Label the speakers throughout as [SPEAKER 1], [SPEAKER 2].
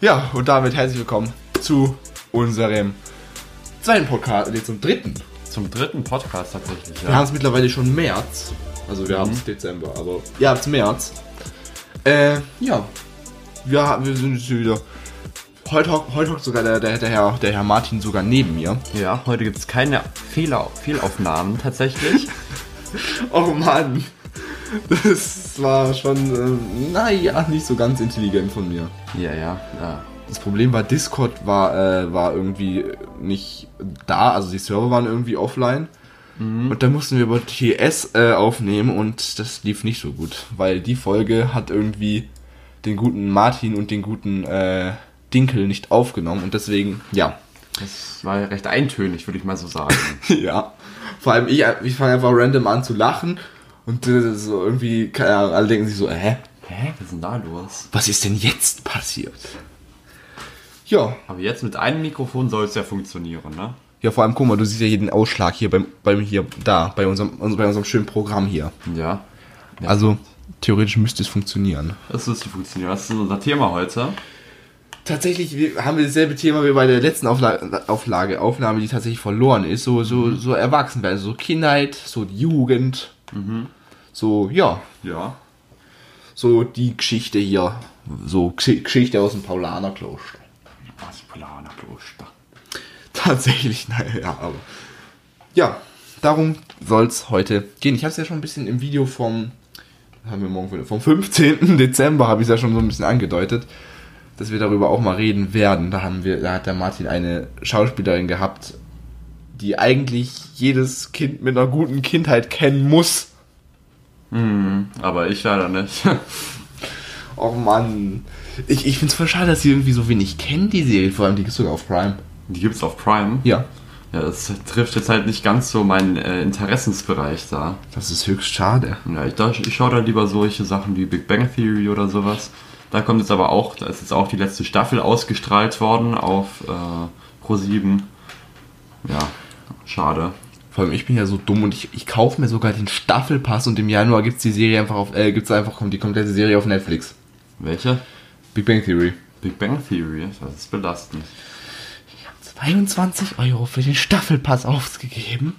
[SPEAKER 1] Ja, und damit herzlich willkommen zu unserem zweiten Podcast, nee, zum dritten.
[SPEAKER 2] Zum dritten Podcast tatsächlich,
[SPEAKER 1] Wir haben
[SPEAKER 2] ja.
[SPEAKER 1] es mittlerweile schon März. Also wir haben es Dezember, aber ihr habt es März. Äh, ja. Wir, ha- wir sind jetzt hier wieder. Heute, hock- heute hockt sogar der, der, der, Herr, der Herr Martin sogar neben mir.
[SPEAKER 2] Ja, heute gibt es keine Fehler, Fehlaufnahmen tatsächlich.
[SPEAKER 1] Oh Mann. Das war schon, ähm, naja, nicht so ganz intelligent von mir.
[SPEAKER 2] ja, ja, ja.
[SPEAKER 1] Das Problem war, Discord war, äh, war irgendwie nicht da, also die Server waren irgendwie offline. Und dann mussten wir über TS äh, aufnehmen und das lief nicht so gut, weil die Folge hat irgendwie den guten Martin und den guten äh, Dinkel nicht aufgenommen und deswegen, ja.
[SPEAKER 2] Das war recht eintönig, würde ich mal so sagen.
[SPEAKER 1] ja. Vor allem ich, äh, ich fange einfach random an zu lachen und äh, so irgendwie, keine Ahnung, alle denken sich so, hä?
[SPEAKER 2] Hä? Was ist denn da los?
[SPEAKER 1] Was ist denn jetzt passiert? Ja,
[SPEAKER 2] Aber jetzt mit einem Mikrofon soll es ja funktionieren, ne?
[SPEAKER 1] Ja, vor allem, guck mal, du siehst ja jeden Ausschlag hier beim, beim hier, da, bei unserem, uns- bei unserem schönen Programm hier.
[SPEAKER 2] Ja. Ja.
[SPEAKER 1] Also, theoretisch müsste es funktionieren.
[SPEAKER 2] Das müsste funktionieren. Was ist denn unser Thema heute?
[SPEAKER 1] Tatsächlich wir haben wir dasselbe Thema wie bei der letzten Auflage, Auflage Aufnahme, die tatsächlich verloren ist. So, so, so erwachsen werden, so Kindheit, so die Jugend. So, ja,
[SPEAKER 2] Ja.
[SPEAKER 1] so die Geschichte hier. So Gesch- Geschichte aus dem Paulanerkloster.
[SPEAKER 2] Was Polana Kloster.
[SPEAKER 1] Tatsächlich, naja, aber. Ja, darum soll's heute gehen. Ich habe es ja schon ein bisschen im Video vom. was Haben wir morgen wieder, vom 15. Dezember habe ich ja schon so ein bisschen angedeutet, dass wir darüber auch mal reden werden. Da haben wir, da hat der Martin eine Schauspielerin gehabt, die eigentlich jedes Kind mit einer guten Kindheit kennen muss.
[SPEAKER 2] Mhm. Aber ich leider nicht.
[SPEAKER 1] Oh Mann. Ich, ich find's voll schade, dass sie irgendwie so wenig kennen, die Serie. Vor allem, die gibt's sogar auf Prime.
[SPEAKER 2] Die gibt's auf Prime.
[SPEAKER 1] Ja.
[SPEAKER 2] Ja, das trifft jetzt halt nicht ganz so meinen äh, Interessensbereich da.
[SPEAKER 1] Das ist höchst schade.
[SPEAKER 2] Ja, ich, da- ich schaue da lieber solche Sachen wie Big Bang Theory oder sowas. Da kommt jetzt aber auch, da ist jetzt auch die letzte Staffel ausgestrahlt worden auf äh, Pro7. Ja, schade.
[SPEAKER 1] Vor allem, ich bin ja so dumm und ich, ich kaufe mir sogar den Staffelpass und im Januar gibt's die Serie einfach auf, äh, gibt's einfach die komplette Serie auf Netflix.
[SPEAKER 2] Welche?
[SPEAKER 1] Big Bang Theory.
[SPEAKER 2] Big Bang Theory, das ist belastend.
[SPEAKER 1] 22 Euro für den Staffelpass ausgegeben.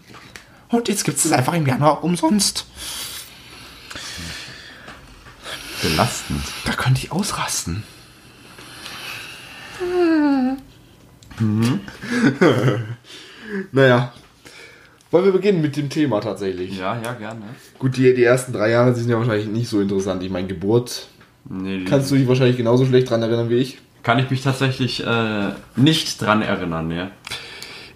[SPEAKER 1] Und jetzt gibt's es einfach im Januar umsonst.
[SPEAKER 2] Belastend.
[SPEAKER 1] Da könnte ich ausrasten. Hm. naja. Wollen wir beginnen mit dem Thema tatsächlich?
[SPEAKER 2] Ja, ja, gerne.
[SPEAKER 1] Gut, die, die ersten drei Jahre sind ja wahrscheinlich nicht so interessant. Ich meine, Geburt.
[SPEAKER 2] Nee, die-
[SPEAKER 1] Kannst du dich wahrscheinlich genauso schlecht dran erinnern wie ich?
[SPEAKER 2] kann ich mich tatsächlich äh, nicht dran erinnern, ne?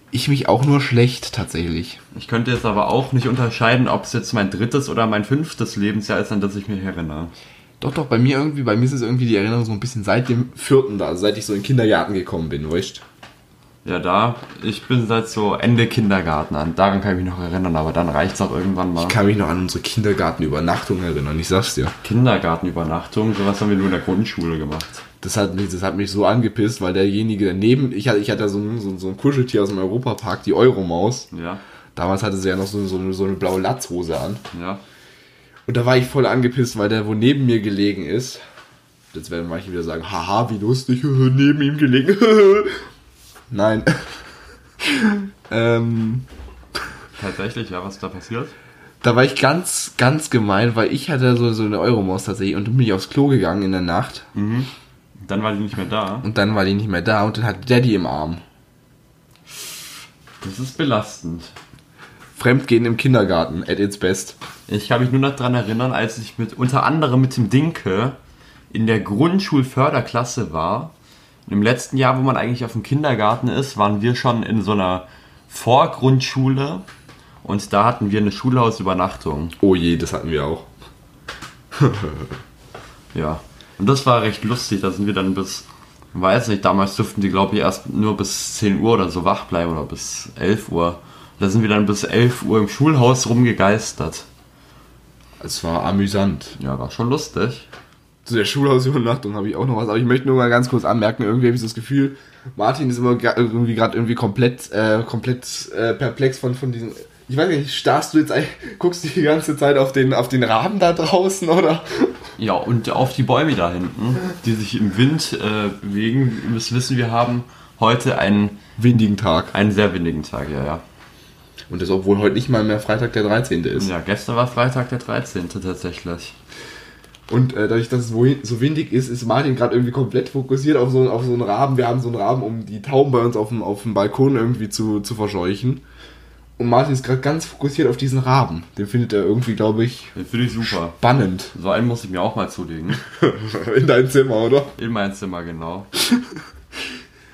[SPEAKER 1] Ich mich auch nur schlecht tatsächlich.
[SPEAKER 2] Ich könnte jetzt aber auch nicht unterscheiden, ob es jetzt mein drittes oder mein fünftes Lebensjahr ist, an das ich mich erinnere.
[SPEAKER 1] Doch, doch, bei mir irgendwie, bei mir ist es irgendwie die Erinnerung so ein bisschen seit dem vierten da, also seit ich so in den Kindergarten gekommen bin, weißt
[SPEAKER 2] Ja, da, ich bin seit so Ende Kindergarten an. Daran kann ich mich noch erinnern, aber dann reicht's auch irgendwann mal.
[SPEAKER 1] Ich kann mich noch an unsere Kindergartenübernachtung erinnern, ich sag's dir.
[SPEAKER 2] Kindergartenübernachtung, sowas haben wir nur in der Grundschule gemacht.
[SPEAKER 1] Das hat mich, das hat mich so angepisst, weil derjenige daneben, ich hatte, ich hatte so ein, so, ein- so ein Kuscheltier aus dem Europapark, die Euromaus.
[SPEAKER 2] Ja,
[SPEAKER 1] Damals hatte sie ja noch so, so, eine- so eine blaue Latzhose an.
[SPEAKER 2] ja.
[SPEAKER 1] Und da war ich voll angepisst, weil der, wo neben mir gelegen ist, jetzt werden manche wieder sagen, haha, wie lustig, neben ihm gelegen. Nein. ähm,
[SPEAKER 2] Tatsächlich, ja, was ist da passiert?
[SPEAKER 1] da war ich ganz, ganz gemein, weil ich hatte so, so eine Euromaus tatsächlich und dann bin ich aufs Klo gegangen in der Nacht
[SPEAKER 2] Dann war die nicht mehr da.
[SPEAKER 1] und dann war die nicht mehr da und dann hat Daddy im Arm.
[SPEAKER 2] Das ist belastend.
[SPEAKER 1] Fremdgehen im Kindergarten, at its best.
[SPEAKER 2] Ich kann mich nur noch dran erinnern, als ich mit unter anderem mit dem Dinke in der Grundschulförderklasse war. Und Im letzten Jahr, wo man eigentlich auf dem Kindergarten ist, waren wir schon in so einer Vorgrundschule und da hatten wir eine Schulhausübernachtung.
[SPEAKER 1] Oh je, das hatten wir auch.
[SPEAKER 2] Ja. Und das war recht lustig. Da sind wir dann bis, weiß nicht, damals durften die, glaube ich, erst nur bis 10 Uhr oder so wach bleiben oder bis 11 Uhr. Da sind wir dann bis 11 Uhr im Schulhaus rumgegeistert.
[SPEAKER 1] Es war amüsant.
[SPEAKER 2] Ja, war schon lustig.
[SPEAKER 1] Zu der Schulhausübernachtung habe ich auch noch was, aber ich möchte nur mal ganz kurz anmerken, irgendwie habe ich so das Gefühl, Martin ist immer gra- irgendwie gerade irgendwie komplett, äh, komplett äh, perplex von, von diesen Ich weiß nicht, starrst du jetzt, ein- guckst du die ganze Zeit auf den, auf den Rahmen da draußen, oder?
[SPEAKER 2] Ja, und auf die Bäume da hinten, die sich im Wind äh, bewegen. Ihr müsst wissen, wir haben heute einen,
[SPEAKER 1] Windigen Tag.
[SPEAKER 2] einen sehr windigen Tag, ja, ja.
[SPEAKER 1] Und das, obwohl heute nicht mal mehr Freitag der 13. ist.
[SPEAKER 2] Ja, gestern war Freitag der 13. tatsächlich.
[SPEAKER 1] Und äh, dadurch, dass es wohin, so windig ist, ist Martin gerade irgendwie komplett fokussiert auf so, auf so einen Raben. Wir haben so einen Raben, um die Tauben bei uns auf dem, auf dem Balkon irgendwie zu, zu verscheuchen. Und Martin ist gerade ganz fokussiert auf diesen Raben. Den findet er irgendwie, glaube ich,
[SPEAKER 2] Den finde ich super.
[SPEAKER 1] spannend.
[SPEAKER 2] So einen muss ich mir auch mal zulegen.
[SPEAKER 1] In dein Zimmer, oder?
[SPEAKER 2] In mein Zimmer, genau.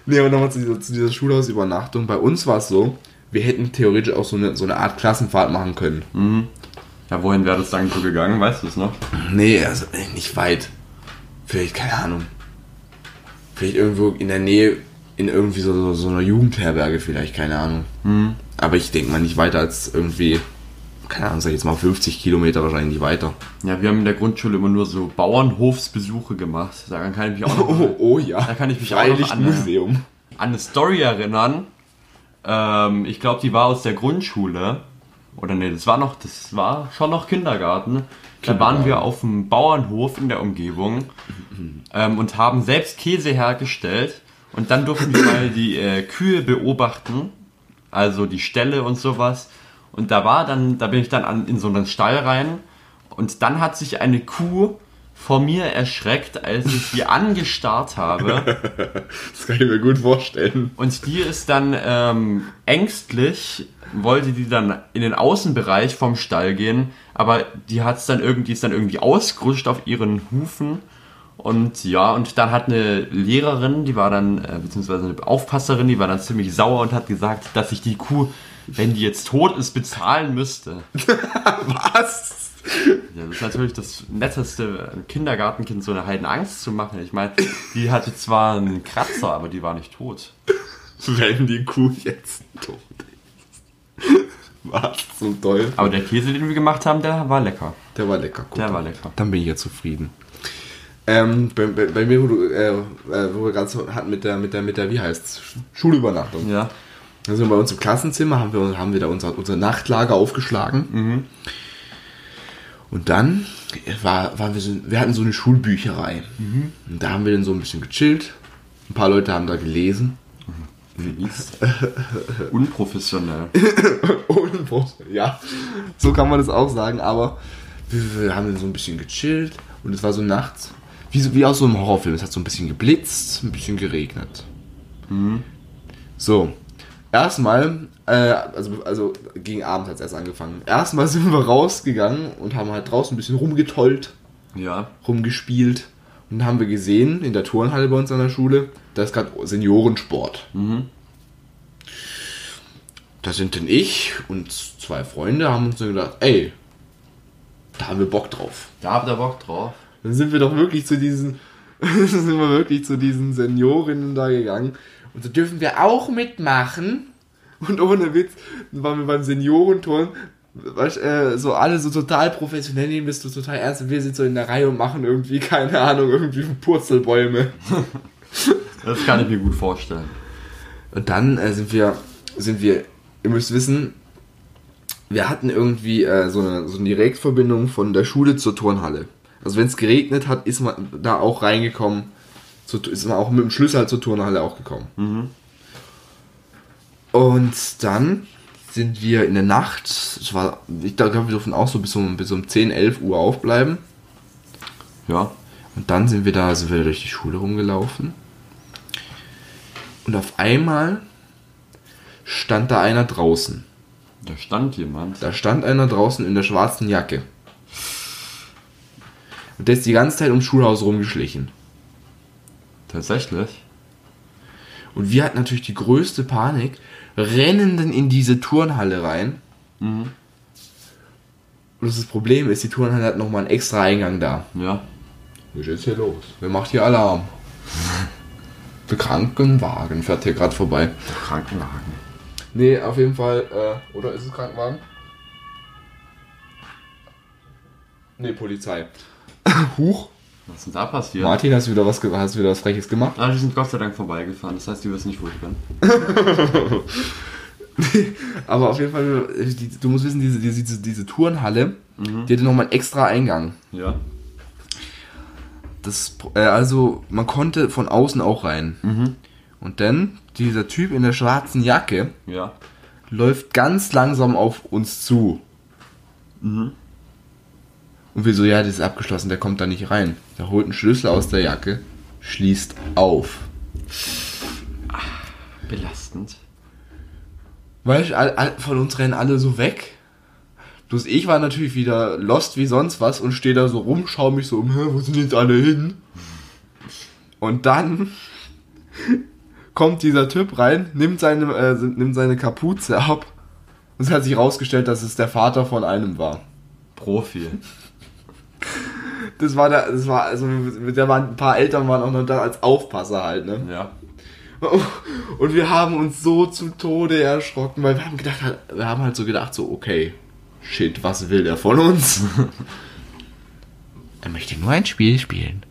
[SPEAKER 1] Nee, aber nochmal zu dieser, zu dieser Schulhausübernachtung. Bei uns war es so, wir hätten theoretisch auch so eine, so eine Art Klassenfahrt machen können.
[SPEAKER 2] Ja, wohin wäre das dann so gegangen? Weißt du es noch?
[SPEAKER 1] Nee, also ey, nicht weit. Vielleicht, keine Ahnung. Vielleicht irgendwo in der Nähe, in irgendwie so, so, so einer Jugendherberge, vielleicht, keine Ahnung. Aber ich denke mal nicht weiter als irgendwie, keine Ahnung, sag ich jetzt mal 50 Kilometer wahrscheinlich nicht weiter.
[SPEAKER 2] Ja, wir haben in der Grundschule immer nur so Bauernhofsbesuche gemacht. Daran kann ich mich auch noch
[SPEAKER 1] Oh, oh ja.
[SPEAKER 2] Da kann ich mich auch noch
[SPEAKER 1] Freilich
[SPEAKER 2] an-
[SPEAKER 1] Museum.
[SPEAKER 2] an eine Story erinnern. Ähm, ich glaube, die war aus der Grundschule. Oder nee, das war noch, das war schon noch Kindergarten. Da waren wir auf dem Bauernhof in der Umgebung ähm, und haben selbst Käse hergestellt. Und dann durften wir mal die äh, Kühe beobachten, also die Ställe und sowas. Und da war dann, da bin ich dann an, in so einen Stall rein. Und dann hat sich eine Kuh vor mir erschreckt, als ich sie angestarrt habe.
[SPEAKER 1] Das kann ich mir gut vorstellen.
[SPEAKER 2] Und die ist dann ähm, ängstlich, wollte die dann in den Außenbereich vom Stall gehen, aber die hat's dann irgendwie, ist dann irgendwie ausgerutscht auf ihren Hufen. Und ja, und dann hat eine Lehrerin, die war dann, äh, beziehungsweise eine Aufpasserin, die war dann ziemlich sauer und hat gesagt, dass ich die Kuh, wenn die jetzt tot ist, bezahlen müsste.
[SPEAKER 1] Was?
[SPEAKER 2] Ja, das ist natürlich das netteste, einem Kindergartenkind so eine Heidenangst zu machen. Ich meine, die hatte zwar einen Kratzer, aber die war nicht tot.
[SPEAKER 1] Wenn die Kuh jetzt tot ist. Was zum Teufel?
[SPEAKER 2] Aber der Käse, den wir gemacht haben, der war lecker.
[SPEAKER 1] Der war lecker. Gut.
[SPEAKER 2] Der war lecker.
[SPEAKER 1] Dann bin ich ja zufrieden. Ähm, bei, bei, bei mir, wo, du, äh, äh, wo wir gerade so hatten mit der, mit der, mit der, wie heißt's, Sch- Schulübernachtung.
[SPEAKER 2] Ja.
[SPEAKER 1] Also bei uns im Klassenzimmer haben wir, haben wir da unser, unser Nachtlager aufgeschlagen. Und dann war, waren wir so, wir hatten so eine Schulbücherei. Und da haben wir dann so ein bisschen gechillt. Ein paar Leute haben da gelesen.
[SPEAKER 2] Unprofessionell.
[SPEAKER 1] Unbewusst, ja. So kann man das auch sagen, aber wir, wir haben dann so ein bisschen gechillt und es war so nachts, wie, so, wie aus so einem Horrorfilm. Es hat so ein bisschen geblitzt, ein bisschen geregnet. So, erstmal, äh, also, also gegen Abend hat es erst angefangen. Erstmal sind wir rausgegangen und haben halt draußen ein bisschen rumgetollt,
[SPEAKER 2] Ja.
[SPEAKER 1] rumgespielt und dann haben wir gesehen, in der Turnhalle bei uns an der Schule, da ist gerade Seniorensport. Da sind denn ich und zwei Freunde haben uns dann gedacht, ey, da haben wir Bock drauf.
[SPEAKER 2] Da habt ihr Bock drauf.
[SPEAKER 1] Dann sind wir doch wirklich zu diesen, sind wir wirklich zu diesen Seniorinnen da gegangen. Und da dürfen wir auch mitmachen. Und ohne Witz waren wir beim Seniorenturn. weißt, äh, So alle so total professionell nehmen das so total ernst und wir sind so in der Reihe und machen irgendwie, keine Ahnung, irgendwie Purzelbäume.
[SPEAKER 2] Das kann ich mir gut vorstellen.
[SPEAKER 1] Und dann äh, sind wir, sind wir, ihr müsst wissen, wir hatten irgendwie äh, so, eine, so eine Direktverbindung von der Schule zur Turnhalle. Also wenn es geregnet hat, ist man da auch reingekommen, zur, Tu- ist man auch mit dem Schlüssel halt zur Turnhalle auch gekommen. Und dann sind wir in der Nacht, es war, ich glaube, wir durften auch so bis um, bis um 10, 11 Uhr aufbleiben.
[SPEAKER 2] Ja.
[SPEAKER 1] Und dann sind wir da, sind wir durch die Schule rumgelaufen. Und auf einmal stand da einer draußen.
[SPEAKER 2] Da stand jemand.
[SPEAKER 1] Da stand einer draußen in der schwarzen Jacke. Und der ist die ganze Zeit ums Schulhaus rumgeschlichen.
[SPEAKER 2] Tatsächlich.
[SPEAKER 1] Und wir hatten natürlich die größte Panik, rennen dann in diese Turnhalle rein. Mhm. Und das Problem ist, die Turnhalle hat nochmal einen extra Eingang da.
[SPEAKER 2] Ja.
[SPEAKER 1] Was ist hier los? Wer macht hier Alarm? Der Krankenwagen fährt hier gerade vorbei.
[SPEAKER 2] Krankenwagen.
[SPEAKER 1] Nee, auf jeden Fall. Äh, oder ist es Krankenwagen? Nee, Polizei. Huch.
[SPEAKER 2] Was ist denn da passiert?
[SPEAKER 1] Martin, hast du wieder was, ge- hast du wieder was Freches gemacht?
[SPEAKER 2] Ah, die sind Gott sei Dank vorbeigefahren. Das heißt, die wissen nicht, wo ich bin.
[SPEAKER 1] Aber auf jeden Fall, äh, die, du musst wissen, diese, diese, diese, diese Turnhalle, die hatte nochmal einen extra Eingang.
[SPEAKER 2] Ja.
[SPEAKER 1] Das, äh, also, man konnte von außen auch rein. Und dann, dieser Typ in der schwarzen Jacke
[SPEAKER 2] Ja.
[SPEAKER 1] läuft ganz langsam auf uns zu. Mhm. Und wir so, ja, das ist abgeschlossen, der kommt da nicht rein. Der holt einen Schlüssel aus der Jacke, schließt auf.
[SPEAKER 2] Belastend.
[SPEAKER 1] Weil ich, all, all, von uns rennen alle so weg. Bloß ich war natürlich wieder lost wie sonst was und stehe da so rum, schaue mich so um, "Hä, wo sind jetzt alle hin? Und dann kommt dieser Typ rein, nimmt seine, äh, nimmt seine Kapuze ab und es hat sich rausgestellt, dass es der Vater von einem war.
[SPEAKER 2] Profi.
[SPEAKER 1] Das war der, das war, also mit der waren ein paar Eltern waren auch noch da als Aufpasser halt, ne?
[SPEAKER 2] Ja.
[SPEAKER 1] Und wir haben uns so zu Tode erschrocken, weil wir haben gedacht, wir haben halt so gedacht, so, okay, shit, was will der von uns? er möchte nur ein Spiel spielen.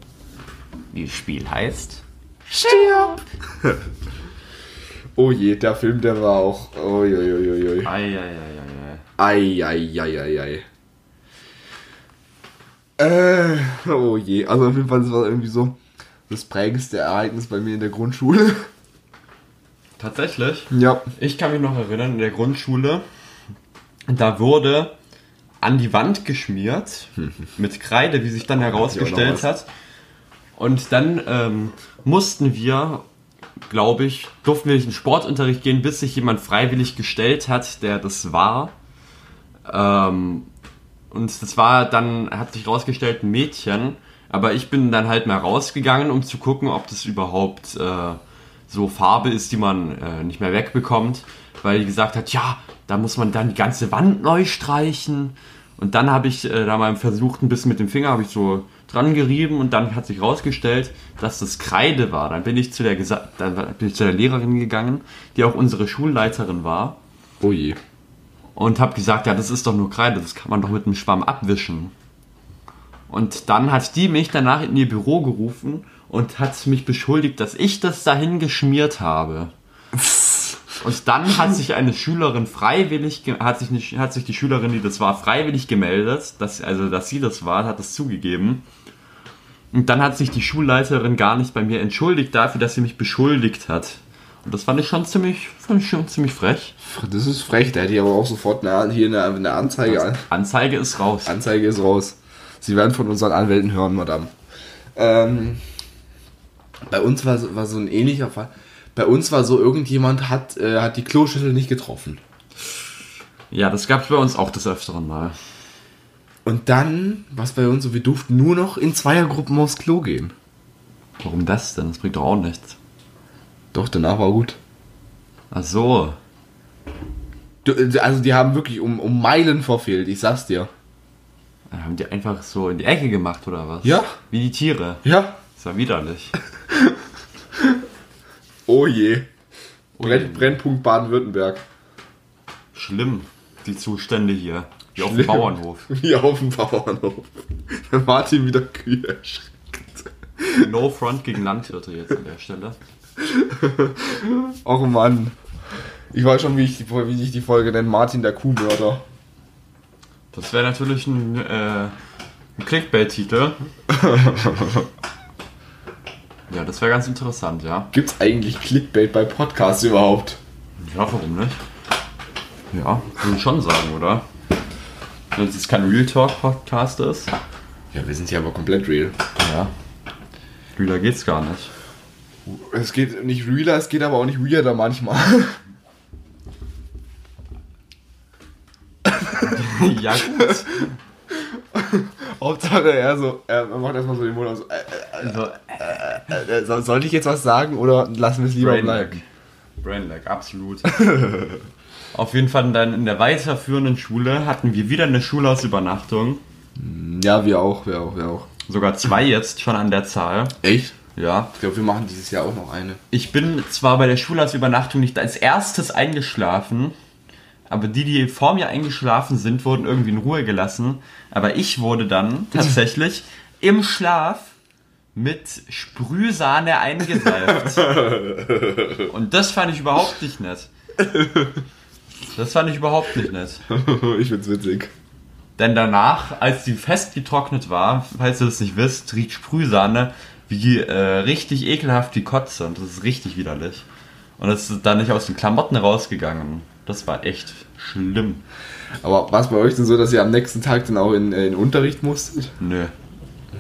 [SPEAKER 2] Wie das Spiel heißt?
[SPEAKER 1] Stirb! oh je, der Film, der war auch. Uiuiuiui.
[SPEAKER 2] Eieieiei.
[SPEAKER 1] Eieieiei. Äh, oh je, also auf jeden Fall, das war irgendwie so das prägendste Ereignis bei mir in der Grundschule.
[SPEAKER 2] Tatsächlich?
[SPEAKER 1] ja.
[SPEAKER 2] Ich kann mich noch erinnern, in der Grundschule, da wurde an die Wand geschmiert mit Kreide, wie sich dann
[SPEAKER 1] auch noch
[SPEAKER 2] herausgestellt hat. Und dann ähm, mussten wir, glaube ich, durften wir nicht in den Sportunterricht gehen, bis sich jemand freiwillig gestellt hat, der das war. Ähm, und das war dann, hat sich herausgestellt, ein Mädchen. Aber ich bin dann halt mal rausgegangen, um zu gucken, ob das überhaupt äh, so Farbe ist, die man äh, nicht mehr wegbekommt. Weil die gesagt hat, ja, da muss man dann die ganze Wand neu streichen. Und dann habe ich äh, da mal versucht, ein bisschen mit dem Finger habe ich so dran gerieben und dann hat sich herausgestellt, dass das Kreide war. Dann bin ich zu der Gesa dann bin ich zu der Lehrerin gegangen, die auch unsere Schulleiterin war
[SPEAKER 1] Oh je.
[SPEAKER 2] und habe gesagt, ja, das ist doch nur Kreide, das kann man doch mit einem Schwamm abwischen. Und dann hat die mich danach in ihr Büro gerufen und hat mich beschuldigt, dass ich das dahin geschmiert habe. Und dann hat sich eine Schülerin freiwillig, ge- hat sich, eine, hat sich die Schülerin, die das war, freiwillig gemeldet, dass, also dass sie das war, hat das zugegeben. Und dann hat sich die Schulleiterin gar nicht bei mir entschuldigt dafür, dass sie mich beschuldigt hat. Und das fand ich schon ziemlich, fand ich schon ziemlich frech.
[SPEAKER 1] Das ist frech, da hätte ich aber auch sofort eine, hier eine, eine Anzeige. An.
[SPEAKER 2] Anzeige ist raus.
[SPEAKER 1] Anzeige ist raus. Sie werden von unseren Anwälten hören, Madame. Ähm, bei uns war, so- war so ein ähnlicher Fall. Bei uns war so, irgendjemand hat, äh, hat die Kloschüssel nicht getroffen.
[SPEAKER 2] Ja, das gab's bei uns auch des Öfteren mal.
[SPEAKER 1] Und dann, was bei uns so, wir durften nur noch in Zweiergruppen aufs Klo gehen.
[SPEAKER 2] Warum das denn? Das bringt doch auch nichts.
[SPEAKER 1] Doch, danach war gut.
[SPEAKER 2] Ach so.
[SPEAKER 1] Du- äh, Also die haben wirklich um, um Meilen verfehlt, ich sag's dir.
[SPEAKER 2] Dann Äh, haben die einfach so in die Ecke gemacht oder was?
[SPEAKER 1] Ja.
[SPEAKER 2] Wie die Tiere.
[SPEAKER 1] Ja.
[SPEAKER 2] Ist ja widerlich.
[SPEAKER 1] Oh je. Brenn,
[SPEAKER 2] je.
[SPEAKER 1] Brennpunkt Baden-Württemberg.
[SPEAKER 2] Schlimm, die Zustände hier. Wie auf dem
[SPEAKER 1] Schlimm.
[SPEAKER 2] Bauernhof.
[SPEAKER 1] Wie auf dem Bauernhof. Wenn Martin wieder Kühe erschreckt.
[SPEAKER 2] No Front gegen Landwirte jetzt an der Stelle.
[SPEAKER 1] Och Mann. Ich weiß schon, wie ich, die- wie ich die Folge nenne. Martin der Kuhmörder.
[SPEAKER 2] Das wäre natürlich ein, äh, ein Clickbait-Titel. ja, das wäre ganz interessant, ja.
[SPEAKER 1] Gibt's eigentlich Clickbait bei Podcasts überhaupt?
[SPEAKER 2] Ja, warum nicht? Ja, würde ich schon sagen, oder? Wenn es jetzt kein Real Talk Podcast ist.
[SPEAKER 1] Ja, wir sind hier aber komplett real.
[SPEAKER 2] Ja. Lüder geht's gar nicht.
[SPEAKER 1] Es geht nicht realer, es geht aber auch nicht weirder manchmal.
[SPEAKER 2] ja, gut.
[SPEAKER 1] Hauptsache er so, er macht erstmal so den Mund aus. So, äh,
[SPEAKER 2] Also,
[SPEAKER 1] äh, äh, so- sollte ich jetzt was sagen oder lassen wir es lieber
[SPEAKER 2] Brainlag.
[SPEAKER 1] bleiben?
[SPEAKER 2] Brainlag, absolut. Auf jeden Fall dann in der weiterführenden Schule hatten wir wieder eine Schulhausübernachtung.
[SPEAKER 1] Ja, wir auch, wir auch, wir auch.
[SPEAKER 2] Sogar zwei jetzt schon an der Zahl.
[SPEAKER 1] Echt?
[SPEAKER 2] Ja.
[SPEAKER 1] Ich glaube, wir machen dieses Jahr auch noch eine.
[SPEAKER 2] Ich bin zwar bei der Schulhausübernachtung nicht als erstes eingeschlafen, aber die, die vor mir eingeschlafen sind, wurden irgendwie in Ruhe gelassen. Aber ich wurde dann tatsächlich im Schlaf mit Sprühsahne eingeseift. Und das fand ich überhaupt nicht nett. Das fand ich überhaupt nicht nett.
[SPEAKER 1] ich find's witzig.
[SPEAKER 2] Denn danach, als die fest getrocknet war, falls ihr das nicht wisst, riecht Sprühsahne wie äh, richtig ekelhaft wie Kotze und das ist richtig widerlich. Und das ist dann nicht aus den Klamotten rausgegangen. Das war echt schlimm.
[SPEAKER 1] Aber war es bei euch denn so, dass ihr am nächsten Tag dann auch in, äh, in den Unterricht musstet?
[SPEAKER 2] Nö.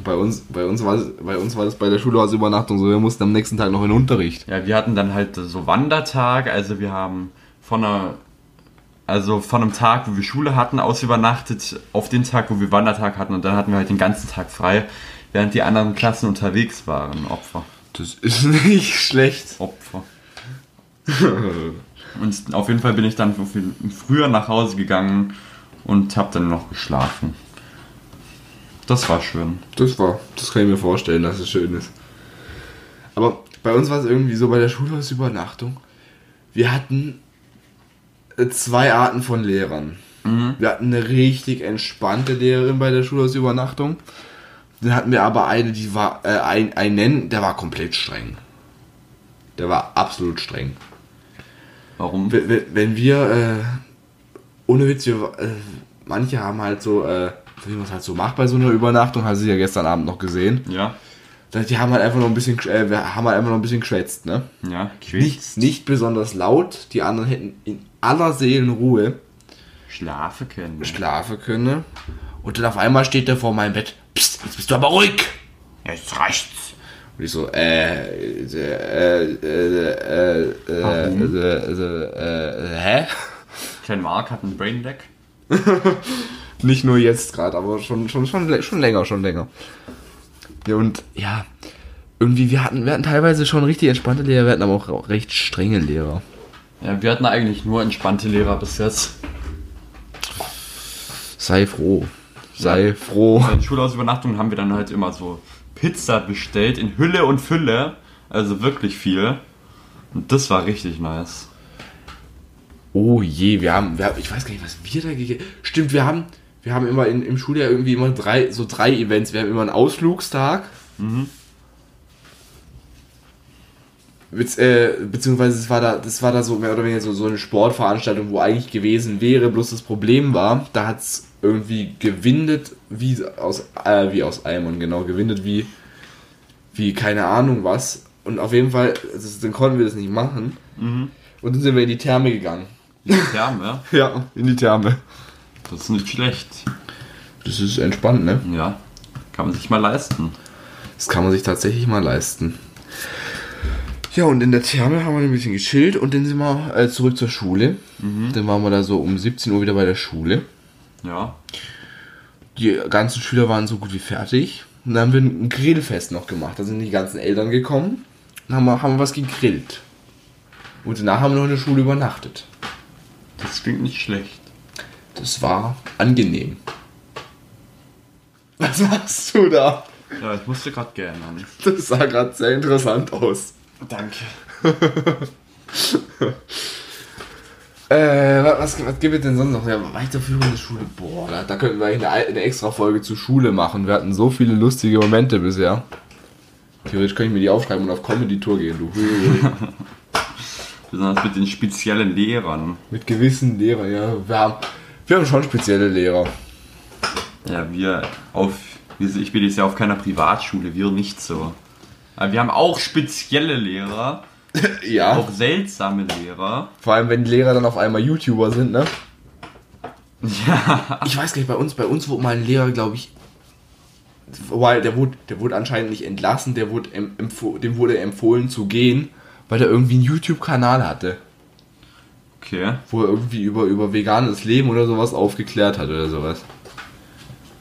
[SPEAKER 1] Bei uns, bei uns war es, bei uns war das bei der Schule als Übernachtung so, wir mussten am nächsten Tag noch in den Unterricht.
[SPEAKER 2] Ja, wir hatten dann halt so Wandertag, also wir haben von einer also von einem Tag, wo wir Schule hatten, aus übernachtet auf den Tag, wo wir Wandertag hatten und dann hatten wir halt den ganzen Tag frei, während die anderen Klassen unterwegs waren. Opfer.
[SPEAKER 1] Das ist nicht schlecht.
[SPEAKER 2] Opfer. Und auf jeden Fall bin ich dann viel früher nach Hause gegangen und habe dann noch geschlafen. Das war schön.
[SPEAKER 1] Das war, das kann ich mir vorstellen, dass es schön ist. Aber bei uns war es irgendwie so bei der Schule als Übernachtung. Wir hatten äh, zwei Arten von Lehrern. Wir hatten eine richtig entspannte Lehrerin bei der Schule als Übernachtung. Dann hatten wir aber eine, die war, äh, ein, einen, der war komplett streng. Der war absolut streng.
[SPEAKER 2] Warum?
[SPEAKER 1] Wenn- wenn wenn wir, äh, ohne Witz, wir, äh, manche haben halt so, äh, wie man es halt so macht bei so einer Übernachtung, hast du ja gestern Abend noch gesehen,
[SPEAKER 2] Ja,
[SPEAKER 1] dass die haben halt einfach noch ein bisschen, gesch- äh, wir haben halt einfach noch ein bisschen geschwätzt, ne?
[SPEAKER 2] ja.
[SPEAKER 1] Nicht, nicht besonders laut, die anderen hätten in aller Seelenruhe
[SPEAKER 2] Schlafe können.
[SPEAKER 1] schlafen können. Und dann auf einmal steht der vor meinem Bett, Psst, jetzt bist du aber ruhig!
[SPEAKER 2] Jetzt reicht's.
[SPEAKER 1] Und ich so, äh, äh, äh, äh, äh,
[SPEAKER 2] Warum?
[SPEAKER 1] äh, äh, äh, hä?
[SPEAKER 2] Klein Mark hat ein Brain Deck.
[SPEAKER 1] Nicht nur jetzt gerade, aber schon, schon, schon, schon länger, schon länger. Ja, und ja, irgendwie, wir hatten, wir hatten teilweise schon richtig entspannte Lehrer, wir hatten aber auch recht strenge Lehrer.
[SPEAKER 2] Ja, wir hatten eigentlich nur entspannte Lehrer bis jetzt.
[SPEAKER 1] Sei froh. Sei froh.
[SPEAKER 2] Bei den Schulhausübernachtungen haben wir dann halt immer so Pizza bestellt in Hülle und Fülle. Also wirklich viel. Und das war richtig nice.
[SPEAKER 1] Oh je, wir haben, wir haben ich weiß gar nicht, was wir da gegessen Stimmt, wir haben, wir haben immer in, im Schuljahr irgendwie immer drei, so drei Events. Wir haben immer einen Ausflugstag. Bez, äh, beziehungsweise es war da, das war da so mehr oder weniger so, so eine Sportveranstaltung, wo eigentlich gewesen wäre, bloß das Problem war, da hat es irgendwie gewindet wie aus, äh, wie aus Eimern, genau, gewindet wie, wie keine Ahnung was. Und auf jeden Fall, das, dann konnten wir das nicht machen. Und dann sind wir in die Therme gegangen.
[SPEAKER 2] Die Therme,
[SPEAKER 1] Ja, in die Therme.
[SPEAKER 2] das ist nicht schlecht.
[SPEAKER 1] Das ist entspannt, ne?
[SPEAKER 2] Ja, kann man sich mal leisten.
[SPEAKER 1] Das kann man sich tatsächlich mal leisten. Ja, und in der Therme haben wir ein bisschen gechillt und dann sind wir äh, zurück zur Schule. Dann waren wir da so um 17 Uhr wieder bei der Schule.
[SPEAKER 2] Ja,
[SPEAKER 1] Die ganzen Schüler waren so gut wie fertig. Und dann haben wir ein Grillfest noch gemacht. Da sind die ganzen Eltern gekommen und haben, wir- haben wir was gegrillt. Und danach haben wir noch in der Schule übernachtet.
[SPEAKER 2] das klingt nicht schlecht.
[SPEAKER 1] Das war angenehm. Was machst du da?
[SPEAKER 2] Ja, ich musste gerade gerne.
[SPEAKER 1] Das sah gerade sehr interessant aus.
[SPEAKER 2] Danke.
[SPEAKER 1] Äh, wa- was, was gibt es denn sonst noch? Ja, Weiterführung der Schule. Boah, da, da könnten wir eigentlich eine, eine extra Folge zur Schule machen. Wir hatten so viele lustige Momente bisher. Theoretisch könnte ich mir die aufschreiben und auf Comedy-Tour gehen, du.
[SPEAKER 2] Besonders mit den speziellen Lehrern.
[SPEAKER 1] Mit gewissen Lehrern, ja. Wir haben, wir haben schon spezielle Lehrer.
[SPEAKER 2] Ja, wir auf. wir- Ich bin jetzt ja auf keiner Privatschule, wir nicht so. Aber wir haben auch spezielle Lehrer,
[SPEAKER 1] Ja.
[SPEAKER 2] auch seltsame Lehrer.
[SPEAKER 1] Vor allem, wenn die Lehrer dann auf einmal YouTuber sind, ne?
[SPEAKER 2] Ja.
[SPEAKER 1] Ich weiß nicht, bei uns, bei uns wurde mal ein Lehrer, glaube ich. Weil der wurde, der wurde anscheinend nicht entlassen, der wurde em- empfo- dem wurde empfohlen zu gehen, weil er irgendwie einen YouTube-Kanal hatte.
[SPEAKER 2] Okay.
[SPEAKER 1] wo er irgendwie über, über veganes Leben oder sowas aufgeklärt hat oder sowas.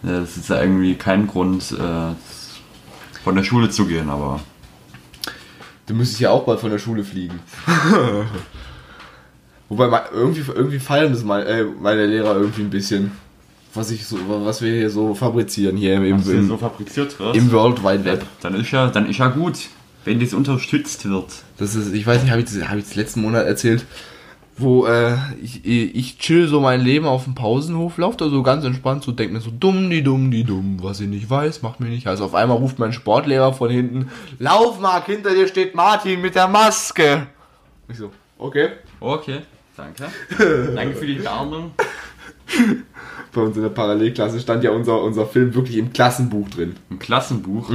[SPEAKER 2] Ja, das ist ja irgendwie kein Grund, äh, von der Schule zu gehen, aber
[SPEAKER 1] Du müsstest ja auch bald von der Schule fliegen. Wobei ma- irgendwie, irgendwie fallen das mal, äh, meine Lehrer irgendwie ein bisschen, was ich so, was wir hier so fabrizieren hier im, im, im,
[SPEAKER 2] fabriziert wird.
[SPEAKER 1] im World Wide Web.
[SPEAKER 2] Dann ist ja, dann ist ja gut, wenn das unterstützt wird.
[SPEAKER 1] Das ist, ich weiß nicht, habe ich, das- hab ich das letzten Monat erzählt, wo äh, ich, ich chill so mein Leben auf dem Pausenhof, laufe da so ganz entspannt so, denke mir so dumm, die dumm, die dumm, was ich nicht weiß, macht mir nicht heiß. Auf einmal ruft mein Sportlehrer von hinten, lauf Marc, hinter dir steht Martin mit der Maske. Ich so, okay.
[SPEAKER 2] Okay. Danke. Danke für die Umarmung.
[SPEAKER 1] Bei uns in der Parallelklasse stand ja unser, unser Film wirklich im Klassenbuch drin.
[SPEAKER 2] Im Klassenbuch.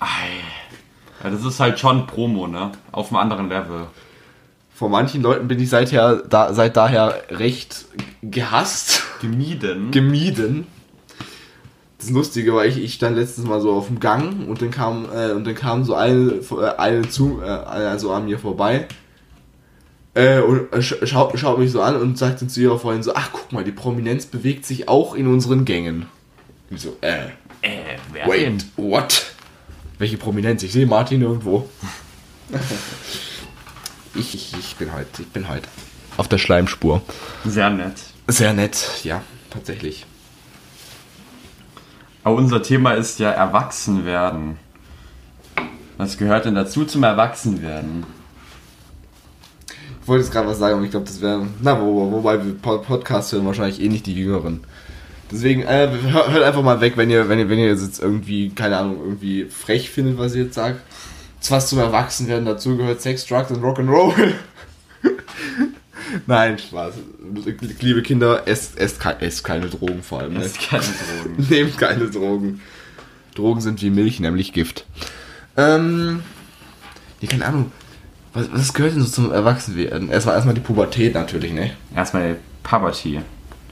[SPEAKER 2] Ei. Ja, das ist halt schon Promo, ne? Auf einem anderen Level.
[SPEAKER 1] Vor manchen Leuten bin ich seither, da, seit daher recht gehasst,
[SPEAKER 2] Gemieden.
[SPEAKER 1] gemieden. Das Lustige war, ich, ich stand letztens mal so auf dem Gang und dann kam, äh, und dann kam so eine, äh, eine zu, äh, also an mir vorbei. Äh, und äh, sch- schaut, schaut mich so an und sagte zu ihrer Freundin so, ach guck mal, die Prominenz bewegt sich auch in unseren Gängen. Ich so, äh,
[SPEAKER 2] äh, wer
[SPEAKER 1] Wait,
[SPEAKER 2] denn?
[SPEAKER 1] what? Welche Prominenz? Ich sehe Martin irgendwo. ich, ich, ich bin heute, ich bin heute auf der Schleimspur.
[SPEAKER 2] Sehr nett.
[SPEAKER 1] Sehr nett, ja, tatsächlich.
[SPEAKER 2] Aber unser Thema ist ja Erwachsenwerden. Was gehört denn dazu zum Erwachsenwerden?
[SPEAKER 1] Ich wollte jetzt gerade was sagen, aber ich glaube, das wäre. Na, wo, wobei wir Pod- Podcasts hören wahrscheinlich eh nicht die Jüngeren. Deswegen, äh, hör- hört einfach mal weg, wenn ihr, wenn ihr, wenn ihr jetzt irgendwie, keine Ahnung, irgendwie frech findet, was ihr jetzt sagt. Das, was zum Erwachsenwerden dazugehört, Sex, Drugs und Rock'n'Roll. Nein, Spaß. Liebe Kinder, esst, esst, kei- esst keine Drogen vor allem. Ne?
[SPEAKER 2] Das kann Drogen.
[SPEAKER 1] Nehmt keine Drogen. Drogen sind wie Milch, nämlich Gift. Ähm. Nee, keine Ahnung. Was, was gehört denn so zum Erwachsenwerden? Erstmal, erstmal die Pubertät natürlich, ne?
[SPEAKER 2] Erstmal Poverty.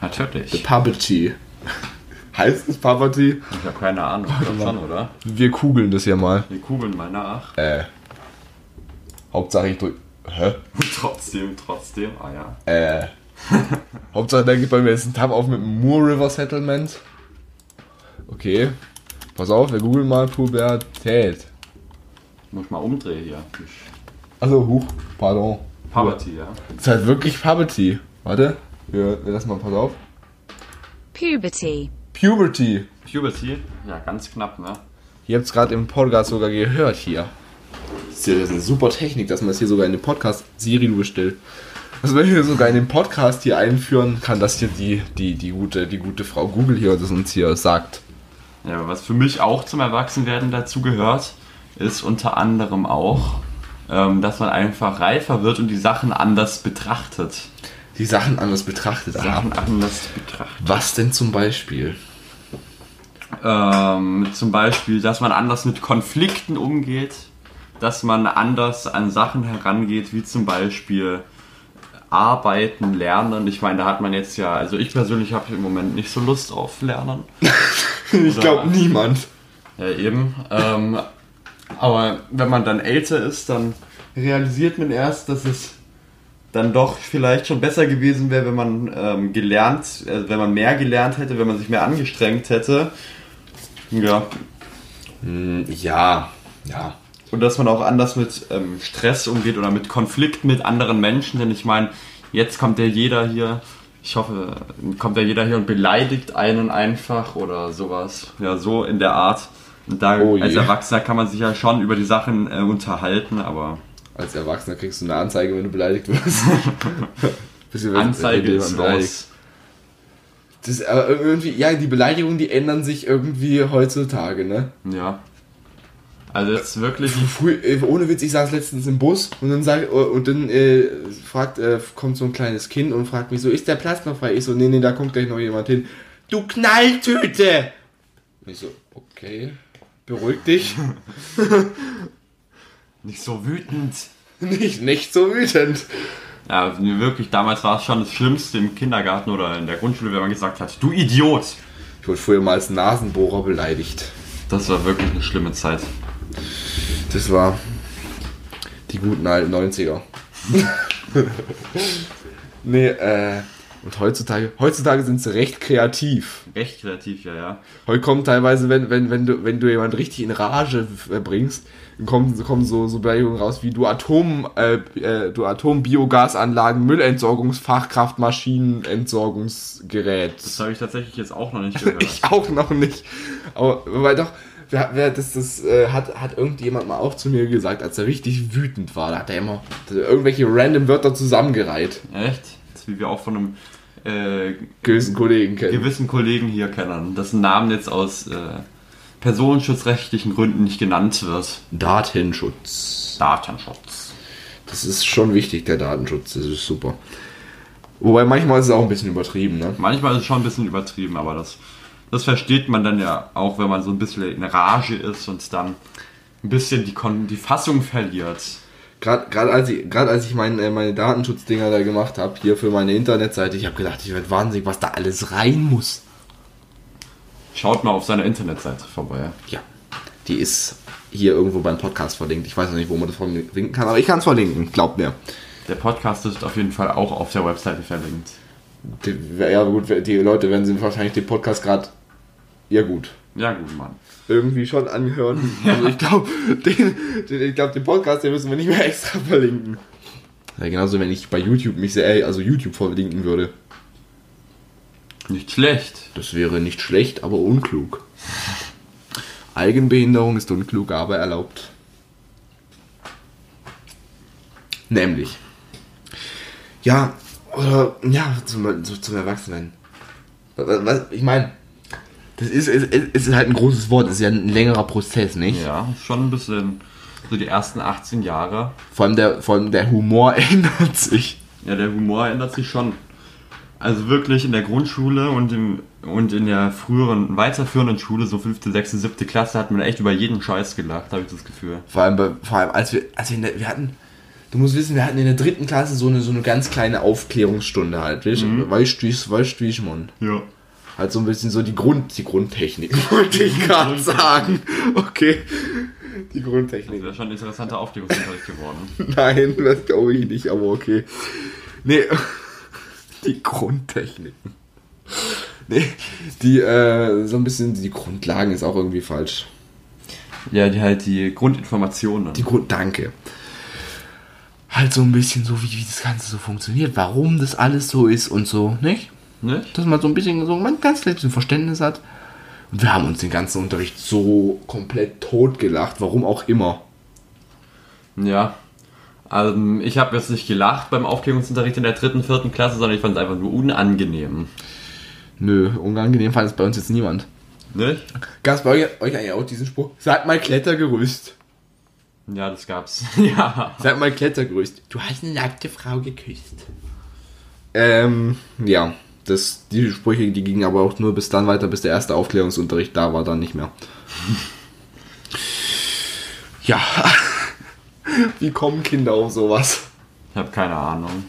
[SPEAKER 2] Natürlich.
[SPEAKER 1] Puberty. heißt es Puberty?
[SPEAKER 2] Ich habe keine Ahnung. Ich glaub schon, oder?
[SPEAKER 1] Wir kugeln das ja mal.
[SPEAKER 2] Wir kugeln mal nach.
[SPEAKER 1] Äh. Hauptsache ich drück. Hä?
[SPEAKER 2] Trotzdem, trotzdem. Ah ja.
[SPEAKER 1] Äh. Hauptsache da geht bei mir jetzt ein Tab auf mit dem Moor River Settlement. Okay. Pass auf, wir googeln mal Pubertät.
[SPEAKER 2] Ich muss mal umdrehen hier.
[SPEAKER 1] Also, huch, pardon.
[SPEAKER 2] Poverty, ja.
[SPEAKER 1] Das ist halt wirklich Puberty. Warte, wir wir lassen mal, pass auf.
[SPEAKER 3] Puberty.
[SPEAKER 1] Puberty.
[SPEAKER 2] Puberty? Ja, ganz knapp, ne?
[SPEAKER 1] Ihr habt es gerade im Podcast sogar gehört hier. Das ist ja das ist eine super Technik, dass man es hier sogar in den Podcast Siri nur stellt. Dass man hier sogar in den Podcast hier einführen kann, dass hier die, die, die, gute, die gute Frau Google hier das uns hier sagt.
[SPEAKER 2] Ja, aber was für mich auch zum Erwachsenwerden dazu gehört, ist unter anderem auch, ähm, dass man einfach reifer wird und die Sachen anders betrachtet.
[SPEAKER 1] Die Sachen anders betrachtet. Aha.
[SPEAKER 2] Sachen anders betrachtet.
[SPEAKER 1] Was denn zum Beispiel?
[SPEAKER 2] Ähm, zum Beispiel, dass man anders mit Konflikten umgeht, dass man anders an Sachen herangeht, wie zum Beispiel arbeiten, lernen. Ich meine, da hat man jetzt ja, also ich persönlich habe im Moment nicht so Lust auf Lernen.
[SPEAKER 1] Ich glaube
[SPEAKER 2] Oder-
[SPEAKER 1] niemand.
[SPEAKER 2] Ja, eben. Ähm, aber wenn man dann älter ist, dann realisiert man erst, dass es dann doch vielleicht schon besser gewesen wäre, wenn man ähm, gelernt, äh, wenn man mehr gelernt hätte, wenn man sich mehr angestrengt hätte. Ja.
[SPEAKER 1] Hm, Ja, ja.
[SPEAKER 2] Und dass man auch anders mit ähm, Stress umgeht oder mit Konflikten mit anderen Menschen, denn ich meine, jetzt kommt ja jeder hier, ich hoffe, kommt ja jeder hier und beleidigt einen einfach oder sowas. Ja, so in der Art. Und da
[SPEAKER 1] Oh je.
[SPEAKER 2] als Erwachsener kann man sich ja schon über die Sachen äh, unterhalten, aber
[SPEAKER 1] Als Erwachsener kriegst du eine Anzeige, wenn du beleidigt wirst. Bisschen, wenn-
[SPEAKER 2] Anzeige
[SPEAKER 1] wenn
[SPEAKER 2] ist
[SPEAKER 1] jemand beleidigt.
[SPEAKER 2] raus.
[SPEAKER 1] Das, ist aber irgendwie, ja, die Beleidigungen, die ändern sich irgendwie heutzutage, ne?
[SPEAKER 2] Ja. Also jetzt wirklich,
[SPEAKER 1] Früh, äh, ohne Witz, ich saß letztens im Bus und dann sag, und dann äh, fragt, äh, kommt so ein kleines Kind und fragt mich so, ist der Platz noch frei? Ich so, nee, nee, da kommt gleich noch jemand hin. Du Knalltüte! Und ich so, okay, beruhig dich.
[SPEAKER 2] nicht so wütend.
[SPEAKER 1] nicht, nicht so wütend.
[SPEAKER 2] Ja, nee, wirklich, damals war es schon das Schlimmste im Kindergarten oder in der Grundschule, wenn man gesagt hat, du Idiot.
[SPEAKER 1] Ich wurde früher mal als Nasenbohrer beleidigt.
[SPEAKER 2] Das war wirklich eine schlimme Zeit.
[SPEAKER 1] Das war die guten alten 90er. nee, äh, und heutzutage, heutzutage sind sie recht kreativ.
[SPEAKER 2] Recht kreativ, ja, ja.
[SPEAKER 1] Heute kommt teilweise, wenn, wenn, wenn, du, wenn du jemanden richtig in Rage äh, bringst, dann kommen, kommen so, so Beleidigungen raus wie du Atom, äh, äh, du Atombiogasanlagen, Müllentsorgungsfachkraft, Maschinenentsorgungsgerät.
[SPEAKER 2] Das habe ich tatsächlich jetzt auch noch nicht gehört.
[SPEAKER 1] Ich auch noch nicht. Aber weil doch, wer, wer das, das äh, hat, hat irgendjemand mal auch zu mir gesagt, als er richtig wütend war. Da hat er immer irgendwelche random Wörter zusammengereiht.
[SPEAKER 2] Echt? Das wie wir auch von einem äh,
[SPEAKER 1] Gewissen Kollegen kennen.
[SPEAKER 2] gewissen Kollegen hier kennen, dessen Namen jetzt aus äh, personenschutzrechtlichen Gründen nicht genannt wird.
[SPEAKER 1] Datenschutz.
[SPEAKER 2] Datenschutz.
[SPEAKER 1] Das ist schon wichtig, der Datenschutz. Das ist super. Wobei manchmal ist es auch ein bisschen übertrieben, ne?
[SPEAKER 2] Manchmal ist es schon ein bisschen übertrieben, aber das, das versteht man dann ja auch, wenn man so ein bisschen in Rage ist und dann ein bisschen die, Kon die Fassung verliert.
[SPEAKER 1] Gerade gerade als ich, gerade als ich mein, äh, meine Datenschutzdinger da gemacht habe, hier für meine Internetseite, ich habe gedacht, ich werde wahnsinnig, was da alles rein muss.
[SPEAKER 2] Schaut mal auf seiner Internetseite vorbei.
[SPEAKER 1] Ja, die ist hier irgendwo beim Podcast verlinkt. Ich weiß noch nicht, wo man das verlinken kann, aber ich kann es verlinken, glaubt mir.
[SPEAKER 2] Der Podcast ist auf jeden Fall auch auf der Webseite verlinkt.
[SPEAKER 1] Die, ja gut, die Leute werden sich wahrscheinlich den Podcast gerade, ja gut,
[SPEAKER 2] Ja, gut, Mann.
[SPEAKER 1] irgendwie schon anhören. Also ich glaube, den, den, ich glaub, den Podcast, den müssen wir nicht mehr extra verlinken. Ja, genauso, wenn ich bei YouTube mich sehr, also YouTube verlinken würde.
[SPEAKER 2] Nicht schlecht.
[SPEAKER 1] Das wäre nicht schlecht, aber unklug. Eigenbehinderung ist unklug, aber erlaubt. Nämlich. Ja, oder ja, zum, zu- zum Erwachsenen. Was, was, ich meine, das ist, es, es es ist halt ein großes Wort, es ist ja ein längerer Prozess, nicht?
[SPEAKER 2] Ja, schon ein bisschen. So die ersten 18 Jahre.
[SPEAKER 1] Vor, allem der, vor allem der Humor ändert sich.
[SPEAKER 2] Ja, der Humor ändert sich schon. Also wirklich in der Grundschule und, im, und in der früheren, weiterführenden Schule, so fünfte, sechste, siebte Klasse, hat man echt über jeden Scheiß gelacht, habe ich das Gefühl.
[SPEAKER 1] Vor allem, bei, vor allem als, wir, als wir, in der, wir hatten, du musst wissen, wir hatten in der dritten Klasse so eine, so eine ganz kleine Aufklärungsstunde halt, weißt du, weißt du, wie's- weißt du, wie ich mein?
[SPEAKER 2] Ja.
[SPEAKER 1] Halt so ein bisschen so die Grund, die Grundtechnik, wollte ich gerade sagen. Okay, die
[SPEAKER 2] Das
[SPEAKER 1] Grundtechnik.
[SPEAKER 2] wäre schon ein interessanter Aufklärungsunterricht geworden.
[SPEAKER 1] Nein, das glaube ich nicht, aber okay. Nee, die Grundtechnik. Nee, die, äh, so ein bisschen, die Grundlagen ist auch irgendwie falsch.
[SPEAKER 2] Ja, die halt die Grundinformationen.
[SPEAKER 1] die Grund, danke. Halt so ein bisschen so, wie, wie das Ganze so funktioniert, warum das alles so ist und so, nicht?
[SPEAKER 2] Nicht?
[SPEAKER 1] Dass man so ein bisschen so ein ganz kleines bisschen Verständnis hat. Und wir haben uns den ganzen Unterricht so komplett totgelacht, warum auch immer.
[SPEAKER 2] Ja. Also, ich habe jetzt nicht gelacht beim Aufklärungsunterricht in der dritten, vierten Klasse, sondern ich fand es einfach nur unangenehm.
[SPEAKER 1] Nö, unangenehm fand es bei uns jetzt niemand.
[SPEAKER 2] Nicht?
[SPEAKER 1] Gab es bei euch, euch eigentlich auch diesen Spruch? Seid mal Klettergerüst.
[SPEAKER 2] Ja, das gab's. ja.
[SPEAKER 1] Seid mal Klettergerüst. Du hast eine nackte Frau geküsst. Ähm, ja. Das, die Sprüche, die gingen aber auch nur bis dann weiter, bis der erste Aufklärungsunterricht da war, dann nicht mehr. ja. Wie kommen Kinder auf sowas?
[SPEAKER 2] Ich habe keine Ahnung.